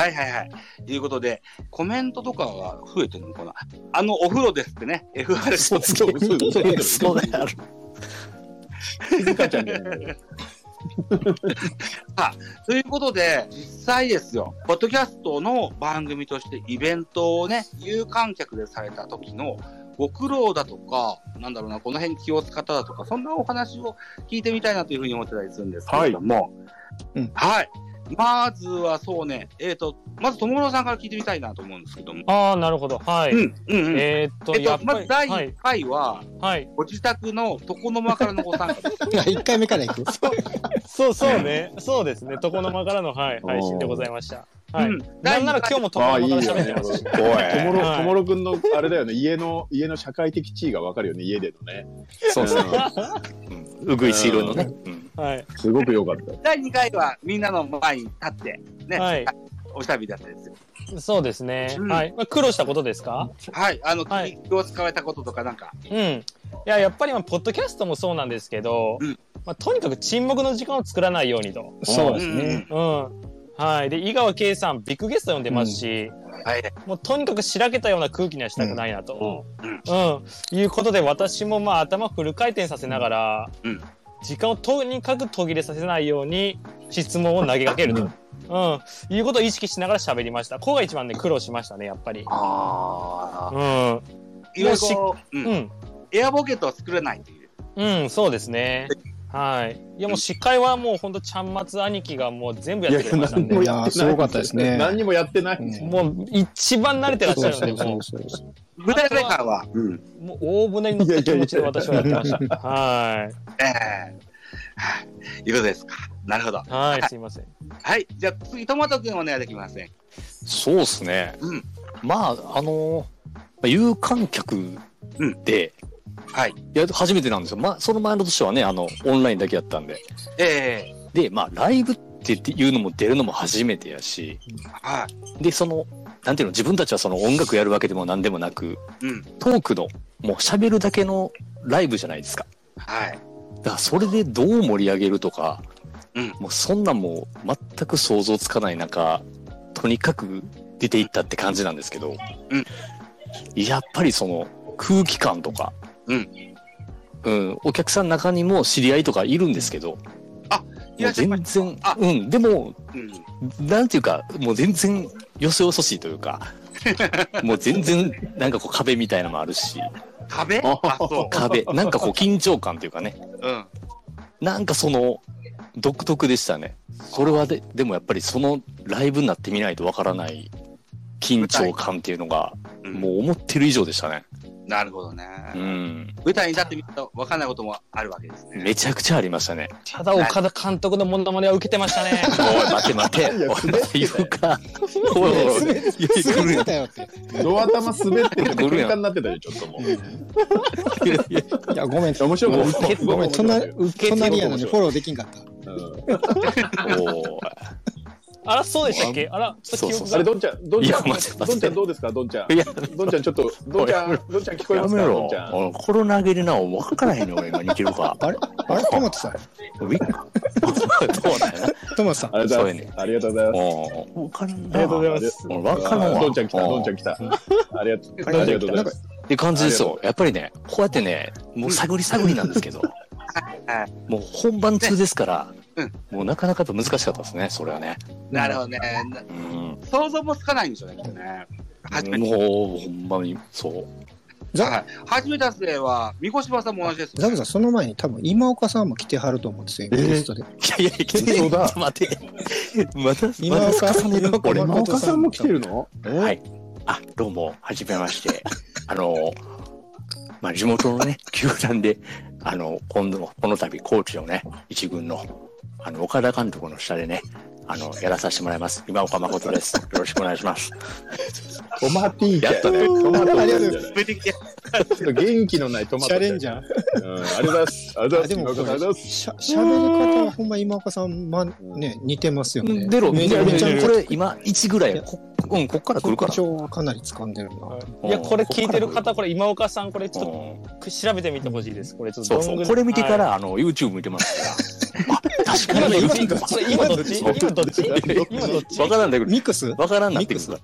[SPEAKER 1] い、はい、はい。ということで、コメントとかは増えてるのかなあのお風呂ですってね、FR
[SPEAKER 4] そう、そう、そう、そう、
[SPEAKER 3] そうだよ。
[SPEAKER 4] 静香ちゃんじゃない
[SPEAKER 1] ということで、実際ですよ、ポッドキャストの番組としてイベントをね、有観客でされた時のご苦労だとか、なんだろうな、この辺気を使っただとか、そんなお話を聞いてみたいなというふうに思ってたりするんですけれども、
[SPEAKER 5] いうん
[SPEAKER 1] はい。まずはそうね、えっ、と、まず友野さんから聞いてみたいなと思うんですけども。。
[SPEAKER 2] ああ、なるほど。はいう
[SPEAKER 1] ん、うん、うん。え
[SPEAKER 2] えーっと、
[SPEAKER 1] っ
[SPEAKER 2] や
[SPEAKER 1] と
[SPEAKER 2] っ、ぱ
[SPEAKER 1] まず
[SPEAKER 2] り、
[SPEAKER 1] 第
[SPEAKER 2] は
[SPEAKER 1] 1
[SPEAKER 2] い。
[SPEAKER 1] 回は、
[SPEAKER 2] はい。
[SPEAKER 1] ご自宅の床の間からのご参加です。
[SPEAKER 5] 1回目からいく。
[SPEAKER 2] そうそうね。そうですね。床の間からの、はい、配信でございました。はい。
[SPEAKER 1] うん
[SPEAKER 2] なんなら今日も床
[SPEAKER 4] ああ、い
[SPEAKER 2] の
[SPEAKER 4] いよ
[SPEAKER 2] 間から喋って
[SPEAKER 4] ね。
[SPEAKER 2] ま
[SPEAKER 4] お
[SPEAKER 2] す。
[SPEAKER 4] い、ともろ、
[SPEAKER 2] はい
[SPEAKER 4] ともろくんの、あれだよね、家の、家の社会的地位がわかるよね、家でのね。
[SPEAKER 3] そうですね。うんうぐいすいろいのね。うん
[SPEAKER 2] はい。
[SPEAKER 4] すごく良かった。
[SPEAKER 1] 第2回はみんなの前に立って、ね、
[SPEAKER 2] はい
[SPEAKER 1] おしゃべりだったんですよ。
[SPEAKER 2] そうですね。
[SPEAKER 1] うん
[SPEAKER 2] はい。まあ、苦労したことですか
[SPEAKER 1] はい、あの、
[SPEAKER 2] はい
[SPEAKER 1] 気を使われたこととか、なんか、
[SPEAKER 2] うん。いや、やっぱり、まあ、ポッドキャストもそうなんですけど、
[SPEAKER 1] うん
[SPEAKER 2] まあ、とにかく沈黙の時間を作らないようにと。
[SPEAKER 5] そう
[SPEAKER 1] う
[SPEAKER 5] です
[SPEAKER 1] んうん
[SPEAKER 5] ね。
[SPEAKER 2] うん。はい。で、井川圭さん、ビッグゲスト呼んでますし、
[SPEAKER 1] はい、
[SPEAKER 2] もうとにかくしらけたような空気にはしたくないなと。
[SPEAKER 1] うん
[SPEAKER 2] うん。いうことで、私もまあ頭フル回転させながら、
[SPEAKER 1] うん
[SPEAKER 2] 時間をとにかく途切れさせないように質問を投げかけると。うん。いうことを意識しながら喋りました。ここが一番ね、苦労しましたね、やっぱり。
[SPEAKER 1] ああ、
[SPEAKER 2] うん。う
[SPEAKER 1] いわゆるこう、うん
[SPEAKER 2] ん。
[SPEAKER 1] エアボケットを作らないという。
[SPEAKER 2] うん、そうですね。はい。いや、もう司会はもうほんとちゃんまつ兄貴がもう全部やってくれましたんで。
[SPEAKER 5] いやすごかったですね
[SPEAKER 4] 何にもやってない。
[SPEAKER 5] うん
[SPEAKER 2] もう一番慣れてらっしゃるので、もう
[SPEAKER 5] そうそうそう
[SPEAKER 1] 具体的感は、うん、
[SPEAKER 2] もう大船に乗った気持ちで私はやってまし た。は
[SPEAKER 1] ええはい、いうことですか。なるほど。
[SPEAKER 2] い。はい、すいません。
[SPEAKER 1] はい、じゃあ次、トマト君お願いできません。
[SPEAKER 3] そうですね
[SPEAKER 1] うん。
[SPEAKER 3] まあ、あの、有観客で、
[SPEAKER 1] はい。
[SPEAKER 3] いや、初めてなんですよ。まあ、その前の年はね、あの、オンラインだけやったんで。
[SPEAKER 1] ええ
[SPEAKER 3] で、まあ、ライブっていうのも出るのも初めてやし、
[SPEAKER 1] は
[SPEAKER 3] で、その、なんていうの、自分たちはその音楽やるわけでも何でもなく、
[SPEAKER 1] い、うん、
[SPEAKER 3] トークの、もう喋るだけのライブじゃないですか。
[SPEAKER 1] はい。
[SPEAKER 3] だから、それでどう盛り上げるとか、
[SPEAKER 1] うん
[SPEAKER 3] もうそんなんもう全く想像つかない中、とにかく出ていったって感じなんですけど、
[SPEAKER 1] うん
[SPEAKER 3] やっぱりその空気感とか、
[SPEAKER 1] うん
[SPEAKER 3] うんお客さんの中にも知り合いとかいるんですけど、
[SPEAKER 1] い
[SPEAKER 3] も
[SPEAKER 1] ら
[SPEAKER 3] う
[SPEAKER 1] っしゃいま
[SPEAKER 3] 全
[SPEAKER 1] した
[SPEAKER 3] 然
[SPEAKER 1] あ、
[SPEAKER 3] うん、でも
[SPEAKER 1] うん、
[SPEAKER 3] なんていうか、もう全然よそよそしいとい うか、もう全然なんかこう壁みたいなのもあるし、
[SPEAKER 1] 壁
[SPEAKER 4] あ
[SPEAKER 1] あ、そ
[SPEAKER 3] 壁、なんかこう緊張感というかね、
[SPEAKER 1] う。うん。
[SPEAKER 3] なんかその独特でしたね。これはで、でもやっぱりそのライブになってみないとわからない緊張感っていうのが、
[SPEAKER 1] うん
[SPEAKER 3] もう思ってる以上でしたね。
[SPEAKER 1] なるほどね。
[SPEAKER 3] うん。
[SPEAKER 1] 舞台に立ってみると分かんないこともあるわけですね。
[SPEAKER 3] めちゃくちゃありましたね。
[SPEAKER 2] ただ、岡田監督のモノマネは受けてましたね。
[SPEAKER 3] おい、待て待て。おい、また言うか。おいおいおい、いや来
[SPEAKER 5] 滑
[SPEAKER 3] る
[SPEAKER 5] って
[SPEAKER 3] よ。
[SPEAKER 5] たよって。
[SPEAKER 4] ドア玉滑ってて、
[SPEAKER 3] 来る
[SPEAKER 4] 喧
[SPEAKER 3] やん
[SPEAKER 4] 嘩になってたよ、ちょっともう。
[SPEAKER 5] いや、ごめん。
[SPEAKER 4] 面白かった。
[SPEAKER 5] ごめん、隣、隣やのにフォ
[SPEAKER 4] ロ
[SPEAKER 5] ローできんかった。
[SPEAKER 3] お
[SPEAKER 2] あら、そうでしたっけあら、ちょっと記憶
[SPEAKER 3] そうそう
[SPEAKER 2] が。
[SPEAKER 3] そ
[SPEAKER 4] あれ、どんちゃん、どんちゃん、
[SPEAKER 3] いや待って待って
[SPEAKER 4] どんちゃんどうですか、どんちゃん
[SPEAKER 3] い。いや、
[SPEAKER 4] どんちゃん、ちょっと、どんちゃん、どんちゃん聞こえ
[SPEAKER 3] や
[SPEAKER 4] ます
[SPEAKER 3] め
[SPEAKER 4] か、
[SPEAKER 3] ろ
[SPEAKER 4] どんちゃん。。
[SPEAKER 3] おいコロナ上げるな、わからへんね俺今、似てるか。
[SPEAKER 5] あれあれトマトさん。
[SPEAKER 3] ウィッそうだよな。
[SPEAKER 5] トマトさん。
[SPEAKER 4] ありがとう
[SPEAKER 3] そう
[SPEAKER 4] ございま
[SPEAKER 3] や
[SPEAKER 4] す。ありがとうございます。
[SPEAKER 3] おわからん
[SPEAKER 2] あ
[SPEAKER 3] な。
[SPEAKER 2] りがとうございます。
[SPEAKER 3] 俺わからんわ。
[SPEAKER 4] どんちゃん来た、
[SPEAKER 3] お
[SPEAKER 4] どんちゃん来た。ありがとう
[SPEAKER 5] あ
[SPEAKER 4] あ
[SPEAKER 5] りが
[SPEAKER 4] り
[SPEAKER 5] と
[SPEAKER 4] が
[SPEAKER 5] う
[SPEAKER 4] とうご
[SPEAKER 5] ござい
[SPEAKER 4] ざ
[SPEAKER 5] ま
[SPEAKER 4] います。
[SPEAKER 3] って感じです
[SPEAKER 4] あり
[SPEAKER 3] よ。やっぱりね、こうやってね、もう探り探りなんですけど、もう本番中ですから、
[SPEAKER 1] うん
[SPEAKER 3] もうなかなかやっぱ難しかったですね、それはね。
[SPEAKER 1] なるほどね。な
[SPEAKER 3] うん、
[SPEAKER 1] 想像もつかないんでしょうね、これね。初めて。
[SPEAKER 3] もう、ほんまに、そう。
[SPEAKER 5] ザ
[SPEAKER 1] はい。初め達成は、三越場さんも同じです、
[SPEAKER 5] ザブさん、その前に多分今岡さんも来てはると思うんですよ、今ゲストで。
[SPEAKER 3] いやいや、来て
[SPEAKER 4] そうだ
[SPEAKER 3] ちょっと待って。まだ、
[SPEAKER 5] 今
[SPEAKER 3] まだ
[SPEAKER 5] 岡さん
[SPEAKER 3] 重ねるこれ。
[SPEAKER 5] 今
[SPEAKER 4] 今
[SPEAKER 5] 岡
[SPEAKER 4] 岡
[SPEAKER 5] さ
[SPEAKER 4] さ
[SPEAKER 5] ん
[SPEAKER 4] ん
[SPEAKER 5] も
[SPEAKER 4] も
[SPEAKER 5] 来
[SPEAKER 4] 来
[SPEAKER 5] て
[SPEAKER 4] てる
[SPEAKER 5] る
[SPEAKER 4] の
[SPEAKER 3] はい。あ、どうも、はじめまして。 あの、まあ、地元のね、 球団で、あの、今度、この度、コーチのね、一軍の、あの、岡田監督の下でね、あの、やらさせてもらいます。今岡誠です。よろしくお願いします。
[SPEAKER 4] トマティー
[SPEAKER 3] やっとね
[SPEAKER 4] トマティー
[SPEAKER 5] ありが
[SPEAKER 4] じ
[SPEAKER 5] とう
[SPEAKER 4] ゃ
[SPEAKER 5] ご
[SPEAKER 4] ない
[SPEAKER 1] 出てきて。
[SPEAKER 4] ちょっと元気のないトマ
[SPEAKER 5] チ
[SPEAKER 4] ト。
[SPEAKER 5] ャレンジャー。
[SPEAKER 4] うん。ありがとうございます。ありがとうございます。今岡さんありがとうございます。
[SPEAKER 5] しゃ喋り方はほんま今岡さん、ま、ね、似てますよね。
[SPEAKER 3] 出ろ、め
[SPEAKER 5] めち
[SPEAKER 3] ち
[SPEAKER 5] ゃ
[SPEAKER 3] ゃ
[SPEAKER 5] め
[SPEAKER 3] めち
[SPEAKER 5] ちゃ
[SPEAKER 3] ゃ、これ、今、1ぐら
[SPEAKER 5] いや
[SPEAKER 3] い、こうん、こっから来るから。
[SPEAKER 5] 口調はかなり掴んでるな。
[SPEAKER 2] いや、これ聞いてる方、これ今岡さん、これちょっと
[SPEAKER 3] うん
[SPEAKER 2] く調べてみてほしいです。これちょっと
[SPEAKER 3] そう
[SPEAKER 2] ど
[SPEAKER 3] そ
[SPEAKER 2] んぐ
[SPEAKER 3] う。
[SPEAKER 2] らい
[SPEAKER 3] これ見てから、
[SPEAKER 2] は
[SPEAKER 3] あの、YouTube 見てますから。あ、確
[SPEAKER 2] い
[SPEAKER 3] か に
[SPEAKER 2] 今どっ
[SPEAKER 3] YouTube
[SPEAKER 2] ち今どっち今どっち今どっち
[SPEAKER 3] わからんだけど、
[SPEAKER 5] ミックス
[SPEAKER 3] わからんなってくるんだ。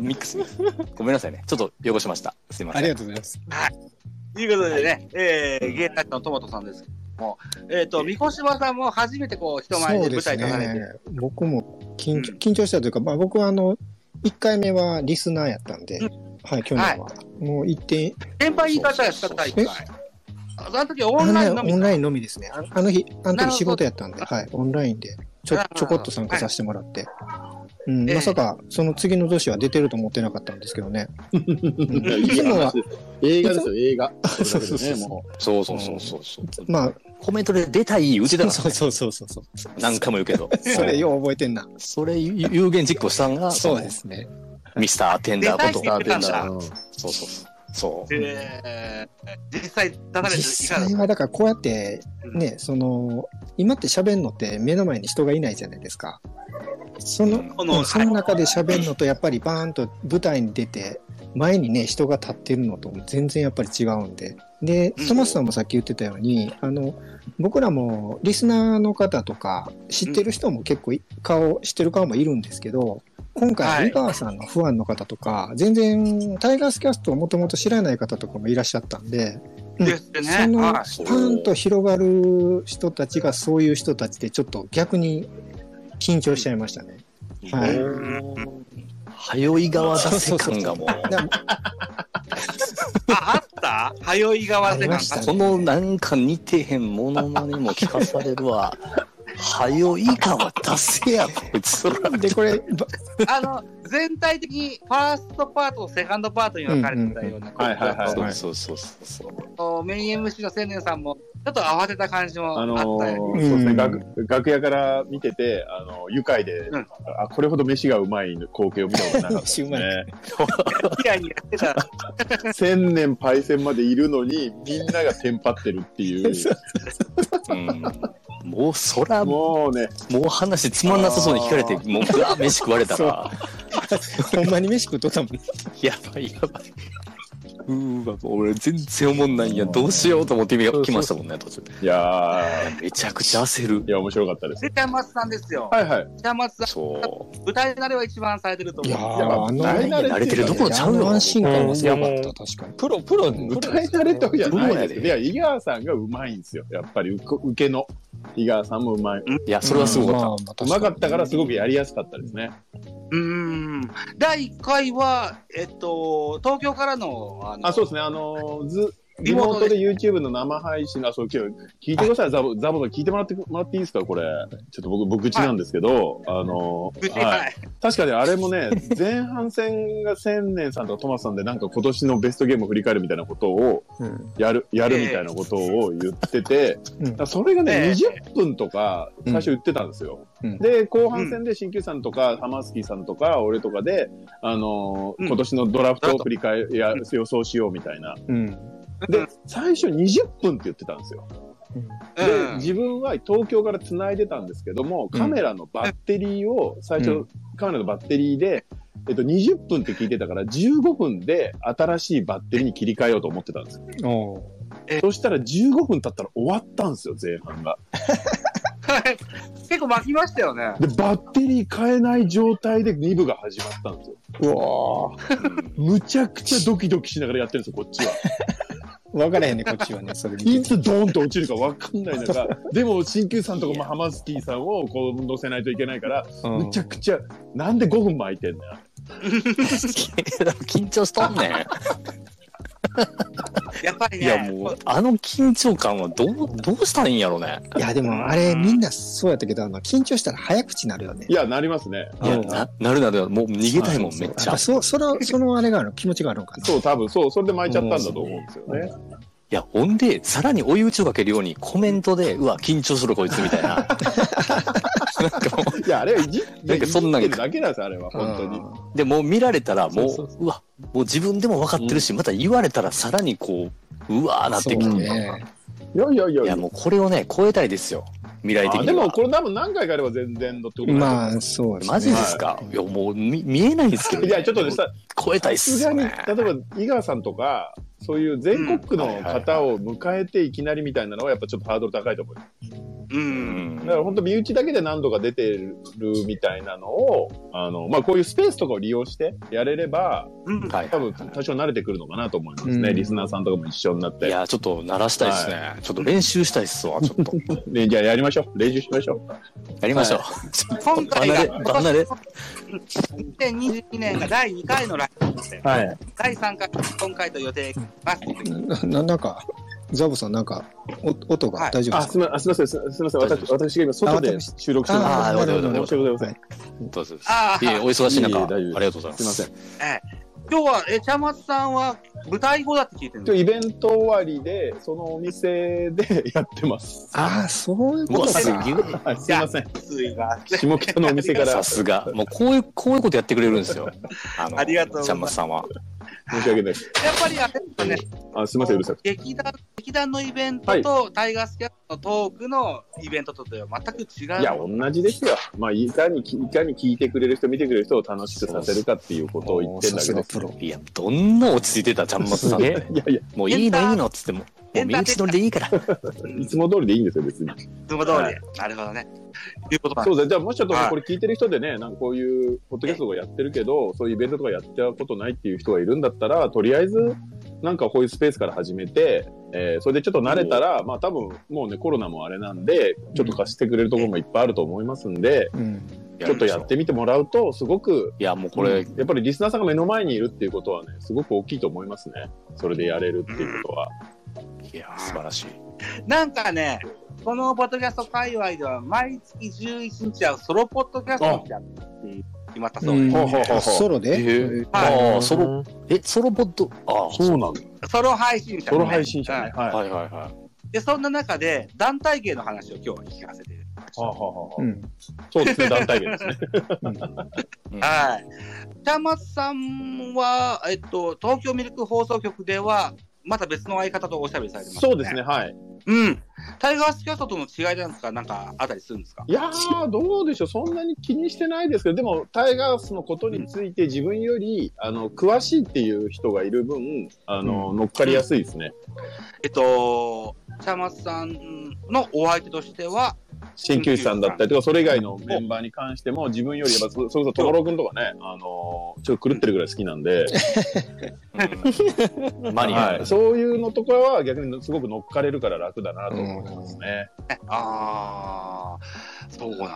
[SPEAKER 3] ミックス。ごめんなさいね。ちょっと汚しました。すいませ
[SPEAKER 5] あ
[SPEAKER 3] ん。
[SPEAKER 5] りがとうございます。
[SPEAKER 1] ということでね、えー、芸達のトマトさんですけども、えっ、と、三越場さんも初めてこう、人前
[SPEAKER 5] そ
[SPEAKER 1] で
[SPEAKER 5] うで
[SPEAKER 1] 舞
[SPEAKER 5] す
[SPEAKER 1] 台立たれて、
[SPEAKER 5] ね。僕も緊張
[SPEAKER 1] うん
[SPEAKER 5] 緊張したというか、まあ僕はあの、1回目はリスナーやったんで
[SPEAKER 1] うん、
[SPEAKER 5] はい、去年は。もう行って、
[SPEAKER 1] 先輩言い方やった大会
[SPEAKER 5] え。
[SPEAKER 1] あの時オ
[SPEAKER 5] オ
[SPEAKER 1] ン
[SPEAKER 5] ン
[SPEAKER 1] ラ
[SPEAKER 5] ラ
[SPEAKER 1] イ
[SPEAKER 5] イ
[SPEAKER 1] ンの
[SPEAKER 5] ンの
[SPEAKER 1] み
[SPEAKER 5] みオンラインのみですね。ああの日、あの
[SPEAKER 1] なるほど
[SPEAKER 5] 時仕事やったんで、はい、オンラインでちょ
[SPEAKER 1] なるほど
[SPEAKER 5] ちょこっと参加させてもらって。うん、
[SPEAKER 1] ええ
[SPEAKER 5] まさか、その次の年は出てると思ってなかったんですけどね。うんいつもは、
[SPEAKER 4] 映画ですよ、映画。
[SPEAKER 5] そうそうそう
[SPEAKER 4] も。
[SPEAKER 3] そうそうそうそうそう。
[SPEAKER 5] まあ、
[SPEAKER 3] コメントで出たい、うちだか
[SPEAKER 5] そうそうそうそうそう。
[SPEAKER 3] ら。何回も言うけど。
[SPEAKER 5] それよう覚えてんな。
[SPEAKER 3] うん。それ有言実行したんが、
[SPEAKER 5] そうで。すね。
[SPEAKER 3] ミスター・テンダーこと。
[SPEAKER 1] 出たいって言ってたんだ
[SPEAKER 3] うんそうそうそう。そう。
[SPEAKER 1] えー、実際立たれてい
[SPEAKER 5] 実
[SPEAKER 1] かがで
[SPEAKER 5] 際
[SPEAKER 1] す
[SPEAKER 5] は
[SPEAKER 1] か
[SPEAKER 5] だからこうやって、ね、その、今って喋んのって目の前に人がいないじゃないですか。その、
[SPEAKER 1] こ
[SPEAKER 5] う
[SPEAKER 1] の
[SPEAKER 5] ん、その中で喋るのとやっぱりバーンと舞台に出て前にね人が立ってるのと全然やっぱり違うんでで
[SPEAKER 1] うん
[SPEAKER 5] トマスさんもさっき言ってたようにあの僕らもリスナーの方とか知ってる人も結構い顔知ってる顔もいるんですけど今
[SPEAKER 1] はい
[SPEAKER 5] 回井川さんのファンの方とか全然タイガースキャストをもともと知らない方とかもいらっしゃったんで。うん
[SPEAKER 1] ですね
[SPEAKER 5] その
[SPEAKER 1] は
[SPEAKER 5] パ
[SPEAKER 1] い
[SPEAKER 5] ーンと広がる人たちがそういう人たちでちょっと逆に緊張しちゃいましたね。はいう
[SPEAKER 3] 早い側出せ感がもう。
[SPEAKER 5] だから
[SPEAKER 1] あ、あった早い側
[SPEAKER 5] あ
[SPEAKER 1] で
[SPEAKER 5] り
[SPEAKER 1] なん
[SPEAKER 5] まし
[SPEAKER 1] か
[SPEAKER 5] た
[SPEAKER 3] このなんか似てへんものまねも聞かされる わ。早い側出せや、こいつ。そら
[SPEAKER 5] で、これ、ば
[SPEAKER 1] あの、全体的にファーストパートとセカンドパートに分かれてたような感じ
[SPEAKER 4] うんうんうんはいは
[SPEAKER 1] だ
[SPEAKER 4] いはい
[SPEAKER 1] と
[SPEAKER 5] はい
[SPEAKER 3] そうそうそうそう。
[SPEAKER 1] こう、メイン MC の青年さんも、ちょっと慌てた感じもあ
[SPEAKER 4] あ
[SPEAKER 1] っ
[SPEAKER 4] の
[SPEAKER 1] たよ、
[SPEAKER 4] ー、そう
[SPEAKER 5] うん
[SPEAKER 4] ですね、楽楽屋から見てて、あの、愉快で、
[SPEAKER 1] うん
[SPEAKER 4] あ、これほど飯がうまい光景を見たことな かった
[SPEAKER 5] シューマイ
[SPEAKER 4] ね。
[SPEAKER 1] キラキラしてた。
[SPEAKER 4] 千年パイセンまでいるのに、みんながテンパってるって いう。
[SPEAKER 3] うん、もうそら、も
[SPEAKER 4] もうね、
[SPEAKER 3] う話つまんなさそうに聞かれて、もうぐわー飯食われたら、
[SPEAKER 5] ほんまに飯食うとったもん。
[SPEAKER 3] やばいやばい。うーわ、もう俺全然おもんないんや、どうしようと思って今来ましたもんね、途中。
[SPEAKER 4] いや
[SPEAKER 3] めちゃくちゃ焦
[SPEAKER 4] ー、
[SPEAKER 3] る。
[SPEAKER 4] いや、面白かったです。
[SPEAKER 1] で、ちゃんまつさんですよ。
[SPEAKER 4] はいはい。
[SPEAKER 1] ちゃんまつさ
[SPEAKER 3] そ
[SPEAKER 1] ん、舞台慣れは一番されてると思う。
[SPEAKER 4] ーあの慣れてると
[SPEAKER 3] こちゃうよ
[SPEAKER 5] あの安心感がすごか
[SPEAKER 2] うんい
[SPEAKER 5] っ
[SPEAKER 2] やも
[SPEAKER 5] た、
[SPEAKER 2] う
[SPEAKER 5] 確かに。
[SPEAKER 2] プロ、プロ、
[SPEAKER 4] 舞台慣れとかじゃないですけ
[SPEAKER 3] う
[SPEAKER 4] ど、
[SPEAKER 3] ん
[SPEAKER 4] いや、井川さんがうまいんですよ。やっぱり、うこ受けの。井川さんもうまい。
[SPEAKER 3] う。いや、それはすごかった。
[SPEAKER 5] まあまあ
[SPEAKER 4] う
[SPEAKER 5] 確
[SPEAKER 4] ま
[SPEAKER 5] に
[SPEAKER 4] かったから、すごくやりやすかったですね。
[SPEAKER 1] うーん。第1回は、えっと、東京からの、あの
[SPEAKER 4] あ、そうですね。あのーず、
[SPEAKER 1] リ
[SPEAKER 4] リ
[SPEAKER 1] モ
[SPEAKER 4] モ
[SPEAKER 1] ー
[SPEAKER 4] ー
[SPEAKER 1] ト
[SPEAKER 4] ト
[SPEAKER 1] で
[SPEAKER 4] で YouTube の生配信の、あ、そう、今日、聞いてください。ザボ、ザボさん聞いてもらって、もらっていいですかこれ。ちょっと僕、僕ちなんですけど、あのー
[SPEAKER 1] うち
[SPEAKER 4] は。
[SPEAKER 1] はいい。
[SPEAKER 4] 確かにあれもね、前半戦が千年さんとかトマスさんで、なんか今年のベストゲームを振り返るみたいなことを、
[SPEAKER 5] うん
[SPEAKER 4] やる、やるみたいなことを言ってて、
[SPEAKER 5] うん
[SPEAKER 4] だからそれがね、
[SPEAKER 1] ええ
[SPEAKER 4] 20分とか、最初言ってたんですよ。
[SPEAKER 5] うん
[SPEAKER 4] で、後半戦で新旧さんとか、ハマスキーさんとか、俺とかで、あのー
[SPEAKER 1] うん
[SPEAKER 4] 今年のドラフトを振り返り、や予想しようみたいな。
[SPEAKER 5] うん。
[SPEAKER 4] で、最初20分って言ってたんですよ。で、
[SPEAKER 1] うん
[SPEAKER 4] 自分は東京から繋いでたんですけども、カメラのバッテリーを、最初、
[SPEAKER 5] うん
[SPEAKER 4] カメラのバッテリーで、えっと、20分って聞いてたから、15分で新しいバッテリーに切り替えようと思ってたんですよ。
[SPEAKER 5] おう
[SPEAKER 4] そしたら15分経ったら終わったんですよ、前半が。
[SPEAKER 1] 結構巻きましたよね。
[SPEAKER 4] で、バッテリー変えない状態で2部が始まったんですよ。
[SPEAKER 3] うん
[SPEAKER 4] むちゃくちゃドキドキしながらやってるんですよ、こっち は。
[SPEAKER 5] わからへんね、こっちはね、それ
[SPEAKER 4] い
[SPEAKER 5] 見て。
[SPEAKER 4] つドーンと落ちるかわかんない中、でも、新旧さんとかもハマスキーさんをこう乗せないといけないから、むちゃくちゃ、なんで5分も空いてんだよ。
[SPEAKER 3] 緊張しとんねん。
[SPEAKER 1] やっぱり
[SPEAKER 3] いや
[SPEAKER 1] ね、
[SPEAKER 3] もう、あの緊張感はどう、どうしたらいいんやろうね。
[SPEAKER 5] いや、でもあれみんなそうやったけど、あの、緊張したら早口なるよね
[SPEAKER 4] い。や、なりますね。
[SPEAKER 3] いや、
[SPEAKER 5] うん
[SPEAKER 3] な、なるなる、もう逃げたいもん、めっちゃ
[SPEAKER 5] やぱ。そ、その、そのあれがある、気持ちがあるのかな。
[SPEAKER 4] そう、多分、そう、それで巻いちゃったんだと思うんですよね。
[SPEAKER 3] いや、ほんで、さらに追い打ちをかけるようにコメントで、うわ、緊張するこいつみたい な。なんかも
[SPEAKER 4] いや、あれはいじって、
[SPEAKER 3] なんかそんなん
[SPEAKER 4] いじってるだけなんですよ、あれは、本当に。
[SPEAKER 3] う、でもう見られたらもう、
[SPEAKER 4] そう
[SPEAKER 3] わ、もう自分でも分かってるし、また言われたらさらにこう、うわーなってきて、
[SPEAKER 5] そうね
[SPEAKER 4] いやいやいや
[SPEAKER 3] いや、もうこれをね、超えたいですよ。未来的
[SPEAKER 4] あ
[SPEAKER 3] には。
[SPEAKER 4] でも、これ多分何回かやれば全然のってこと
[SPEAKER 5] 当に。
[SPEAKER 4] なんですよ
[SPEAKER 5] まあ、そうですね。
[SPEAKER 3] マジですか、い、や、もう見見えないんですけど、
[SPEAKER 4] いや、ちょっとね、さ
[SPEAKER 3] 超えたいっ
[SPEAKER 4] さす
[SPEAKER 3] す
[SPEAKER 4] が
[SPEAKER 3] よ
[SPEAKER 4] に、
[SPEAKER 3] ね、
[SPEAKER 4] 例えば、井川さんとか、そういう全国区の方を迎えていきなりみたいなのは、やっぱちょっとハードル高いと思う。だ
[SPEAKER 1] う。
[SPEAKER 3] うんん
[SPEAKER 4] から、本当身内だけで何度か出てるみたいなのを、あの、まあ、こういうスペースとかを利用してやれれば、
[SPEAKER 1] うん。
[SPEAKER 3] はい
[SPEAKER 4] 多分、多少慣れてくるのかなと思いますね。
[SPEAKER 5] うん
[SPEAKER 4] リスナーさんとかも一緒になっ
[SPEAKER 3] い
[SPEAKER 4] て。
[SPEAKER 3] や、ちょっと鳴らしたいですね、ちょっと練習したいっす わ、ちょっと。
[SPEAKER 4] ねじゃあ、やりましょう。練習しましょう。
[SPEAKER 3] やりましょう。
[SPEAKER 1] 今回
[SPEAKER 3] 離れ、
[SPEAKER 1] が、
[SPEAKER 3] 離れ。
[SPEAKER 1] 2022年が第2回のライブです。
[SPEAKER 4] はい。
[SPEAKER 1] 第3回、今回と予定します。
[SPEAKER 5] なななんか、ザボさん、なんか、お音が大丈夫
[SPEAKER 4] あ、
[SPEAKER 5] です
[SPEAKER 4] す
[SPEAKER 5] か
[SPEAKER 4] みません、すみません、私、私が今、外で収録して
[SPEAKER 3] あ
[SPEAKER 4] ま
[SPEAKER 3] ーな
[SPEAKER 4] す。
[SPEAKER 3] るほどなるほど
[SPEAKER 4] 申し訳ございません。
[SPEAKER 3] どうぞ。
[SPEAKER 1] ああ
[SPEAKER 3] いえいえ、お忙しい中、
[SPEAKER 4] いえいえ
[SPEAKER 3] あ
[SPEAKER 4] 大丈夫
[SPEAKER 3] りが
[SPEAKER 4] です
[SPEAKER 3] とうございます
[SPEAKER 4] いません。
[SPEAKER 1] 今日は、え、茶松さんは舞台後だって聞いてるん
[SPEAKER 4] 今
[SPEAKER 1] で
[SPEAKER 4] 日イベント終わりで、そのお店でやってます。
[SPEAKER 5] ああ、そういう
[SPEAKER 3] う
[SPEAKER 5] こ
[SPEAKER 3] わ、
[SPEAKER 5] と
[SPEAKER 3] す
[SPEAKER 5] か。
[SPEAKER 3] げえ。
[SPEAKER 4] はい、すいません。
[SPEAKER 1] す。いません
[SPEAKER 4] 下北のお店から
[SPEAKER 3] さ
[SPEAKER 4] 申し
[SPEAKER 3] すが。もうこういう、こういうことやってくれるんですよ。あ
[SPEAKER 1] ありがとうございます
[SPEAKER 3] ちゃんまつさんは。
[SPEAKER 4] 訳ない。
[SPEAKER 1] やっぱりあれですね、
[SPEAKER 4] あ、すいません、うるさくて。
[SPEAKER 1] 劇団劇団のイベントと、タイガースキャットのトークのイベントとでは全く違う。
[SPEAKER 4] いや、同じですよ。まあ、いかに、いかに聞いてくれる人、見てくれる人を楽しくさせるかっていうことを言ってる
[SPEAKER 5] さ
[SPEAKER 4] だけで
[SPEAKER 5] すが
[SPEAKER 4] す。
[SPEAKER 5] プロ。
[SPEAKER 3] いや、どんな落ち着いてたちゃんまつさん
[SPEAKER 2] すげ
[SPEAKER 3] ね。
[SPEAKER 4] いやいや、
[SPEAKER 3] もういいの
[SPEAKER 1] エンター
[SPEAKER 3] いいのっつっても、も
[SPEAKER 1] エ
[SPEAKER 3] う
[SPEAKER 1] ン
[SPEAKER 3] 身
[SPEAKER 1] ターテイナー
[SPEAKER 3] 内乗りでいいから。
[SPEAKER 4] いつも通りでいいんですよ、別に。
[SPEAKER 1] いつも通り。なるほどね。いうことなん
[SPEAKER 4] そ
[SPEAKER 1] で
[SPEAKER 4] うですね。じゃあ、もしちょっと
[SPEAKER 1] はい
[SPEAKER 4] これ聞いてる人でね、なんかこういう、ポッドキャストとかやってるけど、そういうイベントとかやったことないっていう人がいるんだったら、とりあえず、なんかこういうスペースから始めて、えーそれでちょっと慣れたら、まあ多分、もうね、コロナもあれなんで、ちょっと貸してくれるところもいっぱいあると思いますんで、
[SPEAKER 5] うん。
[SPEAKER 4] ちょっとやっ。てみてもらうと、すごく、
[SPEAKER 3] いや、もうこれ、
[SPEAKER 4] やっぱりリスナーさんが目の前にいるっていうことはね、すごく大きいと思いますね。それでやれるっていうことは。
[SPEAKER 3] いや、素晴らしい。
[SPEAKER 1] す。なんかね、このポッドキャスト界隈では、毎月11日はソロポッドキャストをやるって決まったそうです。
[SPEAKER 5] ん
[SPEAKER 4] ほうほうほうほう
[SPEAKER 5] ソロで、
[SPEAKER 3] えー
[SPEAKER 1] はい
[SPEAKER 3] ああ、ソロ、え、ソロポッド、ああ、
[SPEAKER 4] そうなんだ。
[SPEAKER 1] ソロ配信者、
[SPEAKER 4] ソロ配信者ね。はい。は
[SPEAKER 3] はいはいはい。
[SPEAKER 1] うんで、そんな中で、団体芸の話を今日は聞かせていただき
[SPEAKER 4] あは
[SPEAKER 1] まし
[SPEAKER 4] あはあ
[SPEAKER 5] う
[SPEAKER 4] はあ
[SPEAKER 5] ん。
[SPEAKER 4] そうですね、団体芸ですね。
[SPEAKER 3] うん
[SPEAKER 1] た。はい。茶松さんは、えっと、東京ミルク放送局では、また別の相方とおしゃべりされてます、
[SPEAKER 4] そうですね、。はい。
[SPEAKER 1] うん。タイガースキャストとの違いなんですかなんかあったりするんですか
[SPEAKER 4] いやー、どうでしょう、そんなに気にしてないですけど、でも、タイガースのことについて、自分より、あの詳しいっていう人がいる分、あの乗っかりやすいですね、
[SPEAKER 1] えっと、茶松さんのお相手としては、
[SPEAKER 4] 鍼灸師さんだったりとか、それ以外のメンバーに関しても、自分より、やっぱそそれこそ、ところくんとかね、あのちょっと狂ってるぐらい好きなん で、
[SPEAKER 3] うんマニア。
[SPEAKER 4] はい、そういうのとかは、逆にすごく乗っかれるから楽だなと思いますね。
[SPEAKER 1] ああ、そうなのか。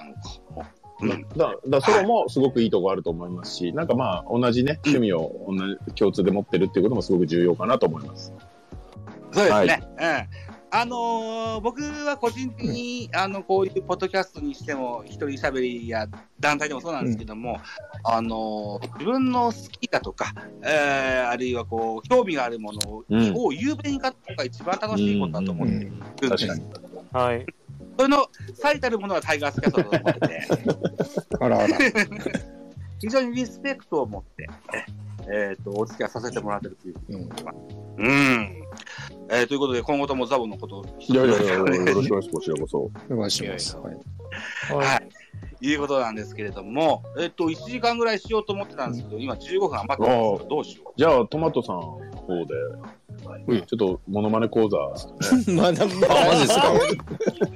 [SPEAKER 1] うん
[SPEAKER 4] だだそれもすごくいいとこあると思いますし、なんかまあ、同じね、趣味を同じ共通で持ってるっていうこともすごく重要かなと思います。
[SPEAKER 1] そうですね。うん。あのー僕は個人的に、あの、こういうポッドキャストにしても、一人喋りや団体でもそうなんですけども、あのー自分の好きだとか、えーあるいはこう、興味があるものを、
[SPEAKER 4] うん
[SPEAKER 1] を雄弁に語るのが一番楽しいことだと思
[SPEAKER 5] う
[SPEAKER 1] って
[SPEAKER 5] ん。
[SPEAKER 1] るんで
[SPEAKER 4] 確
[SPEAKER 1] す。
[SPEAKER 4] かに。
[SPEAKER 2] はい。
[SPEAKER 1] それの最たるものはタイガースキャストだと思ってて。
[SPEAKER 5] あらあら。
[SPEAKER 1] 非常にリスペクトを持って、えー、とお付き合いさせてもらってるという。
[SPEAKER 5] うん
[SPEAKER 1] うんえーということで、今後ともザボのことを
[SPEAKER 4] いやいやいや、よろしくお願いします、こちらこそ。
[SPEAKER 5] お願いします。はい
[SPEAKER 2] は
[SPEAKER 1] はいいうことなんですけれども、えっ、と、1時間ぐらいしようと思ってたんですけど、今15分余ってますけど、どうしよ
[SPEAKER 4] じゃあ、トマトさんの方で、
[SPEAKER 5] うん
[SPEAKER 4] ちょっとモノマネ講座、
[SPEAKER 5] まだま
[SPEAKER 3] あ、マジですか。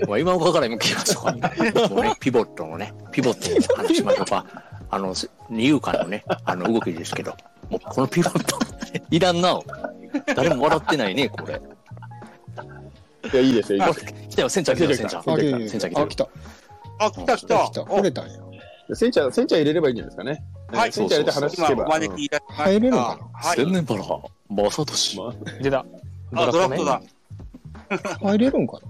[SPEAKER 3] まあ、今岡から今聞きました。もうね、ピボットのね、ピボットの話しましょうか。あの、す二遊間のね、あの動きですけど、もうこのピボット、いらんな。誰も笑ってないね、これ。
[SPEAKER 4] いや、いいですよ、いいですよ
[SPEAKER 3] 来たよ、センちゃん来たよ、センちゃん。
[SPEAKER 5] あ来
[SPEAKER 3] センちゃん
[SPEAKER 5] た。あ、
[SPEAKER 3] 来
[SPEAKER 5] 来
[SPEAKER 3] てる。
[SPEAKER 5] た。
[SPEAKER 1] う。あ、来た来た。
[SPEAKER 5] 来た。
[SPEAKER 1] お
[SPEAKER 5] 来れたんや。
[SPEAKER 4] センチャー、センチャー入れればいお招きいたしま
[SPEAKER 1] は
[SPEAKER 4] はいい、センチャー入れて話聞
[SPEAKER 1] 今、
[SPEAKER 4] け
[SPEAKER 1] お
[SPEAKER 4] ば。
[SPEAKER 1] 招きいたしました。
[SPEAKER 5] 入れるのか
[SPEAKER 1] はい。
[SPEAKER 3] 全然バラ。まさとし。
[SPEAKER 4] ま
[SPEAKER 2] 出た。
[SPEAKER 1] あ、ドラフトだ
[SPEAKER 2] ね。。
[SPEAKER 5] 入れるんかな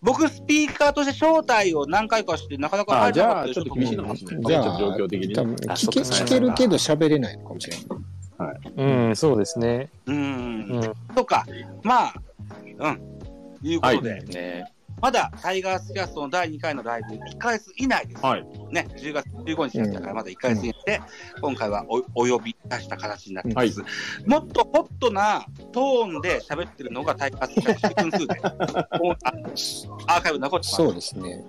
[SPEAKER 1] 僕、スピーカーとして招待を何回かして、なかなか
[SPEAKER 4] あ、
[SPEAKER 1] 入
[SPEAKER 4] じ
[SPEAKER 1] らなか
[SPEAKER 4] ゃ
[SPEAKER 1] った
[SPEAKER 4] あ、
[SPEAKER 1] で
[SPEAKER 4] ち
[SPEAKER 1] す
[SPEAKER 4] ょっと厳しいのかもしれない。
[SPEAKER 5] じゃあ
[SPEAKER 4] ちょっと状況的に
[SPEAKER 5] 多
[SPEAKER 4] ね。
[SPEAKER 5] 分
[SPEAKER 3] あ
[SPEAKER 5] 聞
[SPEAKER 3] そっ
[SPEAKER 5] け
[SPEAKER 3] か
[SPEAKER 5] 聞けるけど喋れないのかもしれない。
[SPEAKER 2] うん、そうですね。
[SPEAKER 1] うん。
[SPEAKER 2] うん。
[SPEAKER 1] とか、まあ、うん。いうことで、
[SPEAKER 4] はい
[SPEAKER 3] ね
[SPEAKER 1] まだタイガースキャストの第2回のライブ、1ヶ月以内です。
[SPEAKER 4] はい
[SPEAKER 1] ね、10月15日だったから、まだ1ヶ月以内で、今回はおお呼び出した形になってます。もっとホットなトーンで喋ってるのがタイガースキャストシーズン2で、 おあアーカイブ残ってます。
[SPEAKER 5] そうですね。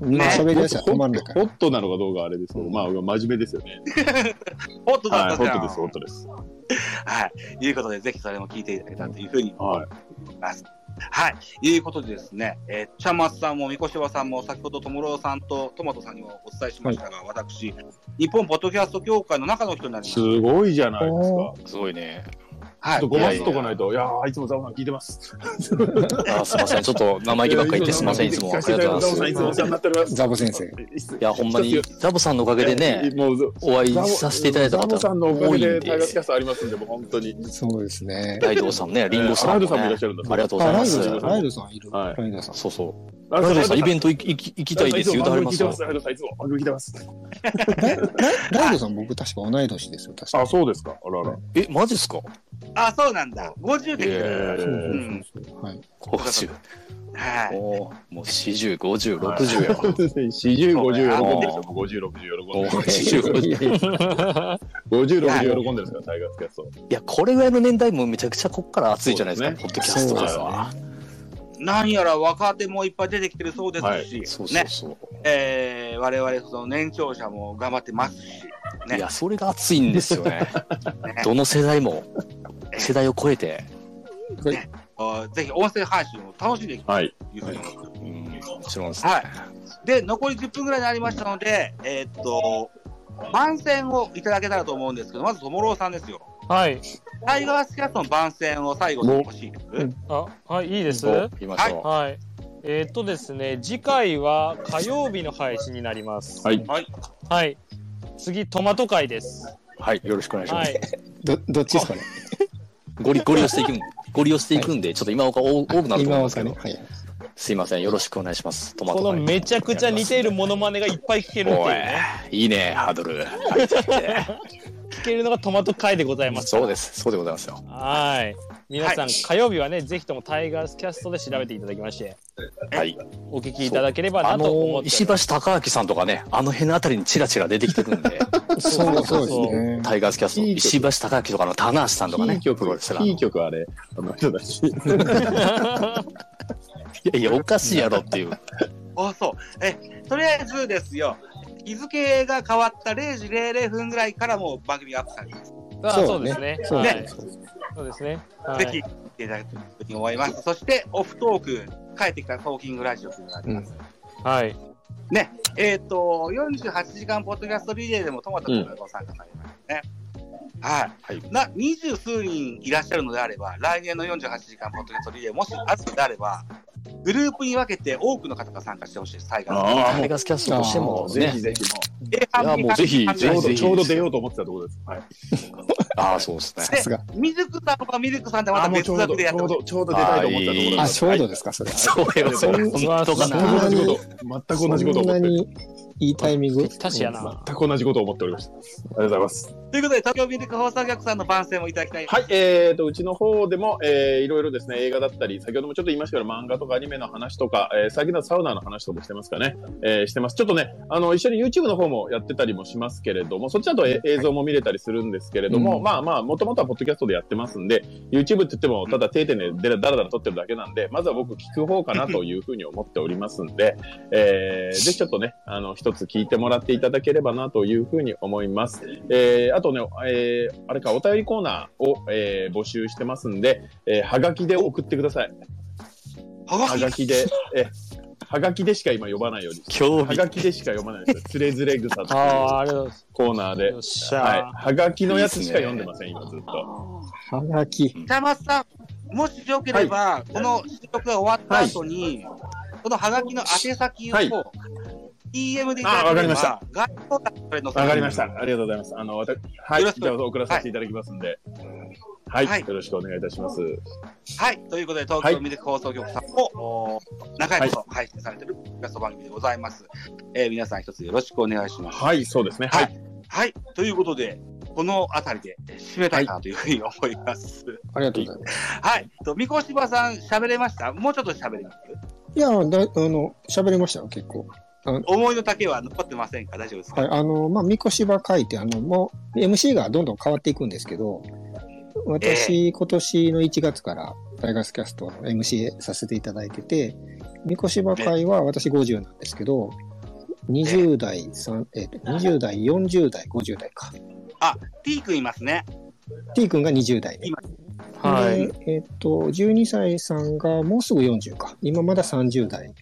[SPEAKER 5] まあ喋り出したら止まんないか
[SPEAKER 4] ホ
[SPEAKER 5] ら。
[SPEAKER 4] ットなのかどうかはあれですけど、まあ、真面目ですよね。
[SPEAKER 1] ホットだっ
[SPEAKER 4] はい、
[SPEAKER 1] た
[SPEAKER 4] ホ
[SPEAKER 1] じゃ
[SPEAKER 4] ッ
[SPEAKER 1] ん。
[SPEAKER 4] トです、ホットです。
[SPEAKER 1] はい。いうことで、ぜひそれも聞いていただけたらというふうに
[SPEAKER 4] はい。
[SPEAKER 1] はい。いうことでですね、えー、ちゃんまつさんも、みこしばさんも、先ほどともろうさんとトマトさんにもお伝えしましたが、私、日本ポッドキャスト協会の中の人になります
[SPEAKER 4] す。ごいじゃないですか。
[SPEAKER 3] えすごいね。
[SPEAKER 1] は
[SPEAKER 4] ちょっと
[SPEAKER 1] い。
[SPEAKER 4] ごますっとかないと、いやー、いつもザボさん聞いてます。
[SPEAKER 3] あすいません。ちょっと生意気ばっかり言ってすいません。いつも。ありがとうござい
[SPEAKER 4] ザ
[SPEAKER 3] ます。
[SPEAKER 4] ボさん、いつもお世話になっております。
[SPEAKER 5] ザボ先生。
[SPEAKER 3] いや、ほんまに、ザボさんのおかげでね、
[SPEAKER 4] もう、
[SPEAKER 3] お会いさせていただいた
[SPEAKER 4] ザボ
[SPEAKER 3] 方
[SPEAKER 4] さんのおか
[SPEAKER 3] 多
[SPEAKER 4] げ
[SPEAKER 3] いんで
[SPEAKER 4] で、、タイガースキャストありますんで、もう本当に。
[SPEAKER 5] そうですね。
[SPEAKER 3] ライドウさんね、リンゴさん,、
[SPEAKER 4] えーライドウさんもいらっしゃるんだ
[SPEAKER 3] ありがとうご
[SPEAKER 5] あ
[SPEAKER 3] ざい
[SPEAKER 5] ラ
[SPEAKER 3] ま
[SPEAKER 5] イ
[SPEAKER 3] す
[SPEAKER 5] ド。さん、ライ
[SPEAKER 3] そ
[SPEAKER 5] ドさんいる。
[SPEAKER 4] はい
[SPEAKER 5] ライドさん。
[SPEAKER 3] うそう。
[SPEAKER 4] ラ
[SPEAKER 3] ライドウさん、イベ
[SPEAKER 4] ン
[SPEAKER 3] ント行き行きたいですよ。言うてはりますよ。
[SPEAKER 4] ライドウさん、いつも番組聞いてます。
[SPEAKER 5] ライドさん、僕確か同い年ですよ、確か。
[SPEAKER 4] あ、そうですか。あらあら。
[SPEAKER 3] え、マジっすか
[SPEAKER 1] あ、そうなんだ。50で
[SPEAKER 3] え
[SPEAKER 1] す。
[SPEAKER 3] ー
[SPEAKER 5] そう
[SPEAKER 1] ー
[SPEAKER 5] そうそうそうはい。
[SPEAKER 3] 50。
[SPEAKER 1] はい。
[SPEAKER 3] おーもう40、50、60やわ。
[SPEAKER 4] 四十五十喜んでる
[SPEAKER 3] あ
[SPEAKER 4] 人も五十六十喜ん
[SPEAKER 3] お
[SPEAKER 4] でる。
[SPEAKER 3] ー40、50。い
[SPEAKER 4] 五十六十喜んでるんですからタイガースキャスト。
[SPEAKER 3] や、これぐらいの年代もめちゃくちゃこっから熱いじゃないですか、ポ
[SPEAKER 4] そうです
[SPEAKER 3] ッドキャストですわ。
[SPEAKER 1] 何やら若手もいっぱい出てきてるそうですし、
[SPEAKER 3] そうそう
[SPEAKER 1] ね。
[SPEAKER 3] そう。
[SPEAKER 1] えー、我々、その年長者も頑張ってますし、ね
[SPEAKER 3] いや、それが熱いんですよね。
[SPEAKER 1] ね
[SPEAKER 3] どの世代も、世代を超えて。
[SPEAKER 1] あーぜひ音声配信を楽しんでいきた
[SPEAKER 4] はい。
[SPEAKER 1] いというふうに思ってます。
[SPEAKER 3] うん、もちろんです、ね。
[SPEAKER 1] はい。で、残り10分ぐらいになりましたので、えーっと、番宣をいただけたらと思うんですけど、まず、ともろうさんですよ。
[SPEAKER 2] はい。
[SPEAKER 1] タイガースキャストの番宣を最後に欲しいです。
[SPEAKER 2] あ、はい、いいです。
[SPEAKER 3] 行きましょう。
[SPEAKER 2] はい。えーっとですね、次回は火曜日の配信になります。
[SPEAKER 4] はい。
[SPEAKER 1] はい。
[SPEAKER 2] はい。次、トマト会です。
[SPEAKER 3] はい、よろしくお願いし ま
[SPEAKER 2] は
[SPEAKER 3] す。
[SPEAKER 2] い。
[SPEAKER 5] ど、どっちですかね。
[SPEAKER 3] ご利ご利用していくん、ご利用していくんで、ちょっと今岡多多くなると思
[SPEAKER 5] 今
[SPEAKER 3] うん
[SPEAKER 5] は
[SPEAKER 3] です
[SPEAKER 5] さ
[SPEAKER 3] け
[SPEAKER 5] ね。
[SPEAKER 3] ど、
[SPEAKER 5] はい。
[SPEAKER 3] すいません、よろしくお願いします。トマ
[SPEAKER 2] こ
[SPEAKER 3] ト
[SPEAKER 2] の
[SPEAKER 3] が
[SPEAKER 2] めちゃくちゃ似ているモノマネがいっぱい聞けるっていう
[SPEAKER 3] おい
[SPEAKER 2] ね。、
[SPEAKER 3] いいね、ハードル。
[SPEAKER 2] 聞けるのがトマト会でございます。
[SPEAKER 3] そうです、そうでございますよ。
[SPEAKER 2] はい。皆さん、
[SPEAKER 1] はい
[SPEAKER 2] 火曜日はね、ぜひともタイガースキャストで調べていただきまして、
[SPEAKER 3] はい。
[SPEAKER 2] お聞きいただければ
[SPEAKER 3] あ
[SPEAKER 2] なと
[SPEAKER 3] の
[SPEAKER 2] 思っ、て
[SPEAKER 3] 石
[SPEAKER 2] おりま
[SPEAKER 3] 橋貴明さんとかね、あの辺のあたりにチラチラ出てきてるんで、
[SPEAKER 5] そうそうですね。
[SPEAKER 3] タイガースキャスト、
[SPEAKER 4] いい曲
[SPEAKER 3] 石橋貴明とかの棚橋さんとか
[SPEAKER 4] い
[SPEAKER 3] ね
[SPEAKER 4] い、
[SPEAKER 3] プロ
[SPEAKER 4] 曲
[SPEAKER 3] レスラ、ーの
[SPEAKER 4] いい曲あれ。あの人た ち。
[SPEAKER 3] いやいや、おかしいやろっていう。
[SPEAKER 1] あ、そう。え、とりあえずですよ、日付が変わった0時00分ぐらいからもう番組がアップされてます。
[SPEAKER 2] す。あそうですね。
[SPEAKER 5] そう
[SPEAKER 2] は
[SPEAKER 5] ね
[SPEAKER 2] い。そうですね。
[SPEAKER 1] ぜひ、見ていただけたらというふうに思います。そして、オフトーク、帰ってきたトーキングラジオというのがあります。
[SPEAKER 2] はい。はい。
[SPEAKER 1] えっ、と、48時間ポッドキャストリレーでもトマト君がご参加されましたね。はい、
[SPEAKER 3] は
[SPEAKER 1] な二十数人いらっしゃるのであれば、来年の48時間ポッドキャストリレー、もしあるのであれば、グループに分けて多くの方が参加してほしいです、タイガース。
[SPEAKER 4] あ
[SPEAKER 3] タイガースキャストとしても
[SPEAKER 4] ぜひ
[SPEAKER 3] ね、
[SPEAKER 4] ぜひも
[SPEAKER 1] で半分
[SPEAKER 3] いやもうぜひ
[SPEAKER 1] 半分
[SPEAKER 4] うち
[SPEAKER 3] ひ
[SPEAKER 4] ょう
[SPEAKER 3] ぜ
[SPEAKER 4] ど
[SPEAKER 3] ひ
[SPEAKER 4] ちょうど出ようと思ってたところです。はい。
[SPEAKER 3] ああ、そうですね。
[SPEAKER 5] さすが。
[SPEAKER 1] ミルクさんはミルクさんでま
[SPEAKER 4] あ
[SPEAKER 1] た
[SPEAKER 4] もう
[SPEAKER 1] 別
[SPEAKER 4] ちょうど
[SPEAKER 1] 枠で
[SPEAKER 4] ち
[SPEAKER 1] やって
[SPEAKER 4] ょ
[SPEAKER 1] ほ
[SPEAKER 4] う
[SPEAKER 1] しい
[SPEAKER 4] どちょうど出たいと思ったところ
[SPEAKER 5] あ、
[SPEAKER 4] で
[SPEAKER 5] ち
[SPEAKER 4] す。
[SPEAKER 5] ょ
[SPEAKER 4] は
[SPEAKER 5] う
[SPEAKER 4] い
[SPEAKER 5] どですか、それ。
[SPEAKER 3] そうよ、そうよ。本当か
[SPEAKER 5] う
[SPEAKER 3] な。
[SPEAKER 4] 全く同
[SPEAKER 5] わ
[SPEAKER 4] じこと。全く同じことを
[SPEAKER 5] そんな
[SPEAKER 4] 思って。
[SPEAKER 5] にいいタイミング。
[SPEAKER 2] ぴったしやな
[SPEAKER 4] 全く同じことを思っておりました。ありがとうございます。
[SPEAKER 1] ということで、東京ミルク放送局さんの番宣もいただきたい。
[SPEAKER 4] はい、えー、と、うちの方でも、えー、いろいろですね、映画だったり、先ほどもちょっと言いましたけど、漫画とかアニメの話とか、えー、先ほどサウナの話とかもしてますかね、えー、してます。ちょっとね、あの、一緒に YouTube の方もやってたりもしますけれども、そっちだとえ映像も見れたりするんですけれども、
[SPEAKER 5] うん
[SPEAKER 4] まあまあ、もともとはポッドキャストでやってますんで、YouTube って言っても、ただ定点でだらだら撮ってるだけなんで、まずは僕聞く方かなというふうに思っておりますん で、えー、ぜひちょっとね、あの、一つ聞いてもらっていただければなというふうに思います。えーあとね、えーあれか、お便りコーナーを、えー募集してますんで、えーはがきで送ってください。
[SPEAKER 1] は
[SPEAKER 4] はがきで、えはがきでしか今呼ばないように。
[SPEAKER 3] 興
[SPEAKER 4] は
[SPEAKER 3] 味。
[SPEAKER 4] がきでしか読まないです。 つれづれ草
[SPEAKER 2] あ
[SPEAKER 4] と
[SPEAKER 2] あ、ありがとうございます。
[SPEAKER 4] コーナーで
[SPEAKER 2] よっ。しゃ
[SPEAKER 4] はい。
[SPEAKER 2] ー。
[SPEAKER 4] はがきのやつしか読んでません、今ずっと。
[SPEAKER 5] はがき。
[SPEAKER 1] 北松さん、もしよければ、この収録が終わった後に、このハガキの宛先を、
[SPEAKER 4] はい
[SPEAKER 1] DM でいただければ、
[SPEAKER 4] あ
[SPEAKER 1] 概要欄にそれ載せて
[SPEAKER 4] わかりました。ありがとうございます。あの、わた、はいい。
[SPEAKER 1] よろしく
[SPEAKER 4] じゃあ送らさせていただきますんで。はい、
[SPEAKER 1] はい
[SPEAKER 4] よろしくお願いいたします。
[SPEAKER 1] はい。ということで、東京ミルク放送局さんも、おー長いこと配信されてるラスト番組でございます。えー皆さん一つよろしくお願いします。
[SPEAKER 4] はい、そうですね。
[SPEAKER 1] は
[SPEAKER 4] はいい。
[SPEAKER 1] はい。ということで、このあたりでえー締めたいなというふうに思います。
[SPEAKER 5] ありがとうございます。
[SPEAKER 1] はい。と、三越場さん喋れましたもうちょっと喋ります
[SPEAKER 5] いや、だあの、喋れましたよ、結構。
[SPEAKER 1] 思いの丈は残ってませんか大丈夫ですか、
[SPEAKER 5] はい、あの、まあ、みこしば書いて、あの、もう、MC がどんどん変わっていくんですけど、私、今年の1月から、タイガースキャストの MC させていただいてて、みこしば会は私50なんですけど、20代、三えっと、20代、40代、50代か。
[SPEAKER 1] ピークいますね。
[SPEAKER 5] T 君が20代ね。
[SPEAKER 2] はい。
[SPEAKER 5] で、えっと、12歳さんがもうすぐ40か。今まだ30代。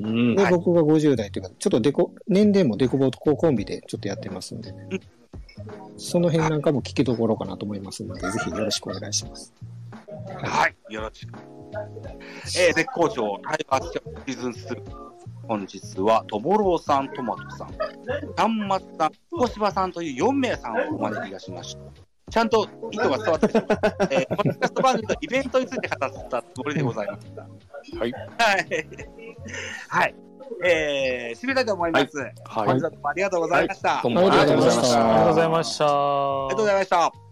[SPEAKER 4] うん。
[SPEAKER 5] で、
[SPEAKER 1] はい
[SPEAKER 5] 僕が50代というか、ちょっとデコ、年齢もデコボココンビでちょっとやってますんで、その辺なんかも聞きどころかなと思いますので、ぜひよろしくお願いします。
[SPEAKER 1] はい。よろしく。えー絶好調、タイガースキャプテンシーズン2。本日は、ともろうさん、トマトさん、端末さん、小芝さんという4名さんをお招きいたしました。ちゃんと意図が伝わってきました。えー、ポッドキャスト番組のイベントについて語ったつもりでございました。
[SPEAKER 3] はい。
[SPEAKER 1] はい。 はい。えー、締めたいと思います。
[SPEAKER 3] は
[SPEAKER 1] 本日はどうもありがとうございました。
[SPEAKER 3] どう
[SPEAKER 1] あ
[SPEAKER 3] もありがとうございまし
[SPEAKER 5] あ
[SPEAKER 2] ありが
[SPEAKER 5] りがと
[SPEAKER 2] とう
[SPEAKER 5] うご
[SPEAKER 2] ご
[SPEAKER 5] ざ
[SPEAKER 2] ざ
[SPEAKER 5] い
[SPEAKER 2] い
[SPEAKER 5] ま
[SPEAKER 2] ま
[SPEAKER 5] し
[SPEAKER 2] した。
[SPEAKER 1] りがとうございました。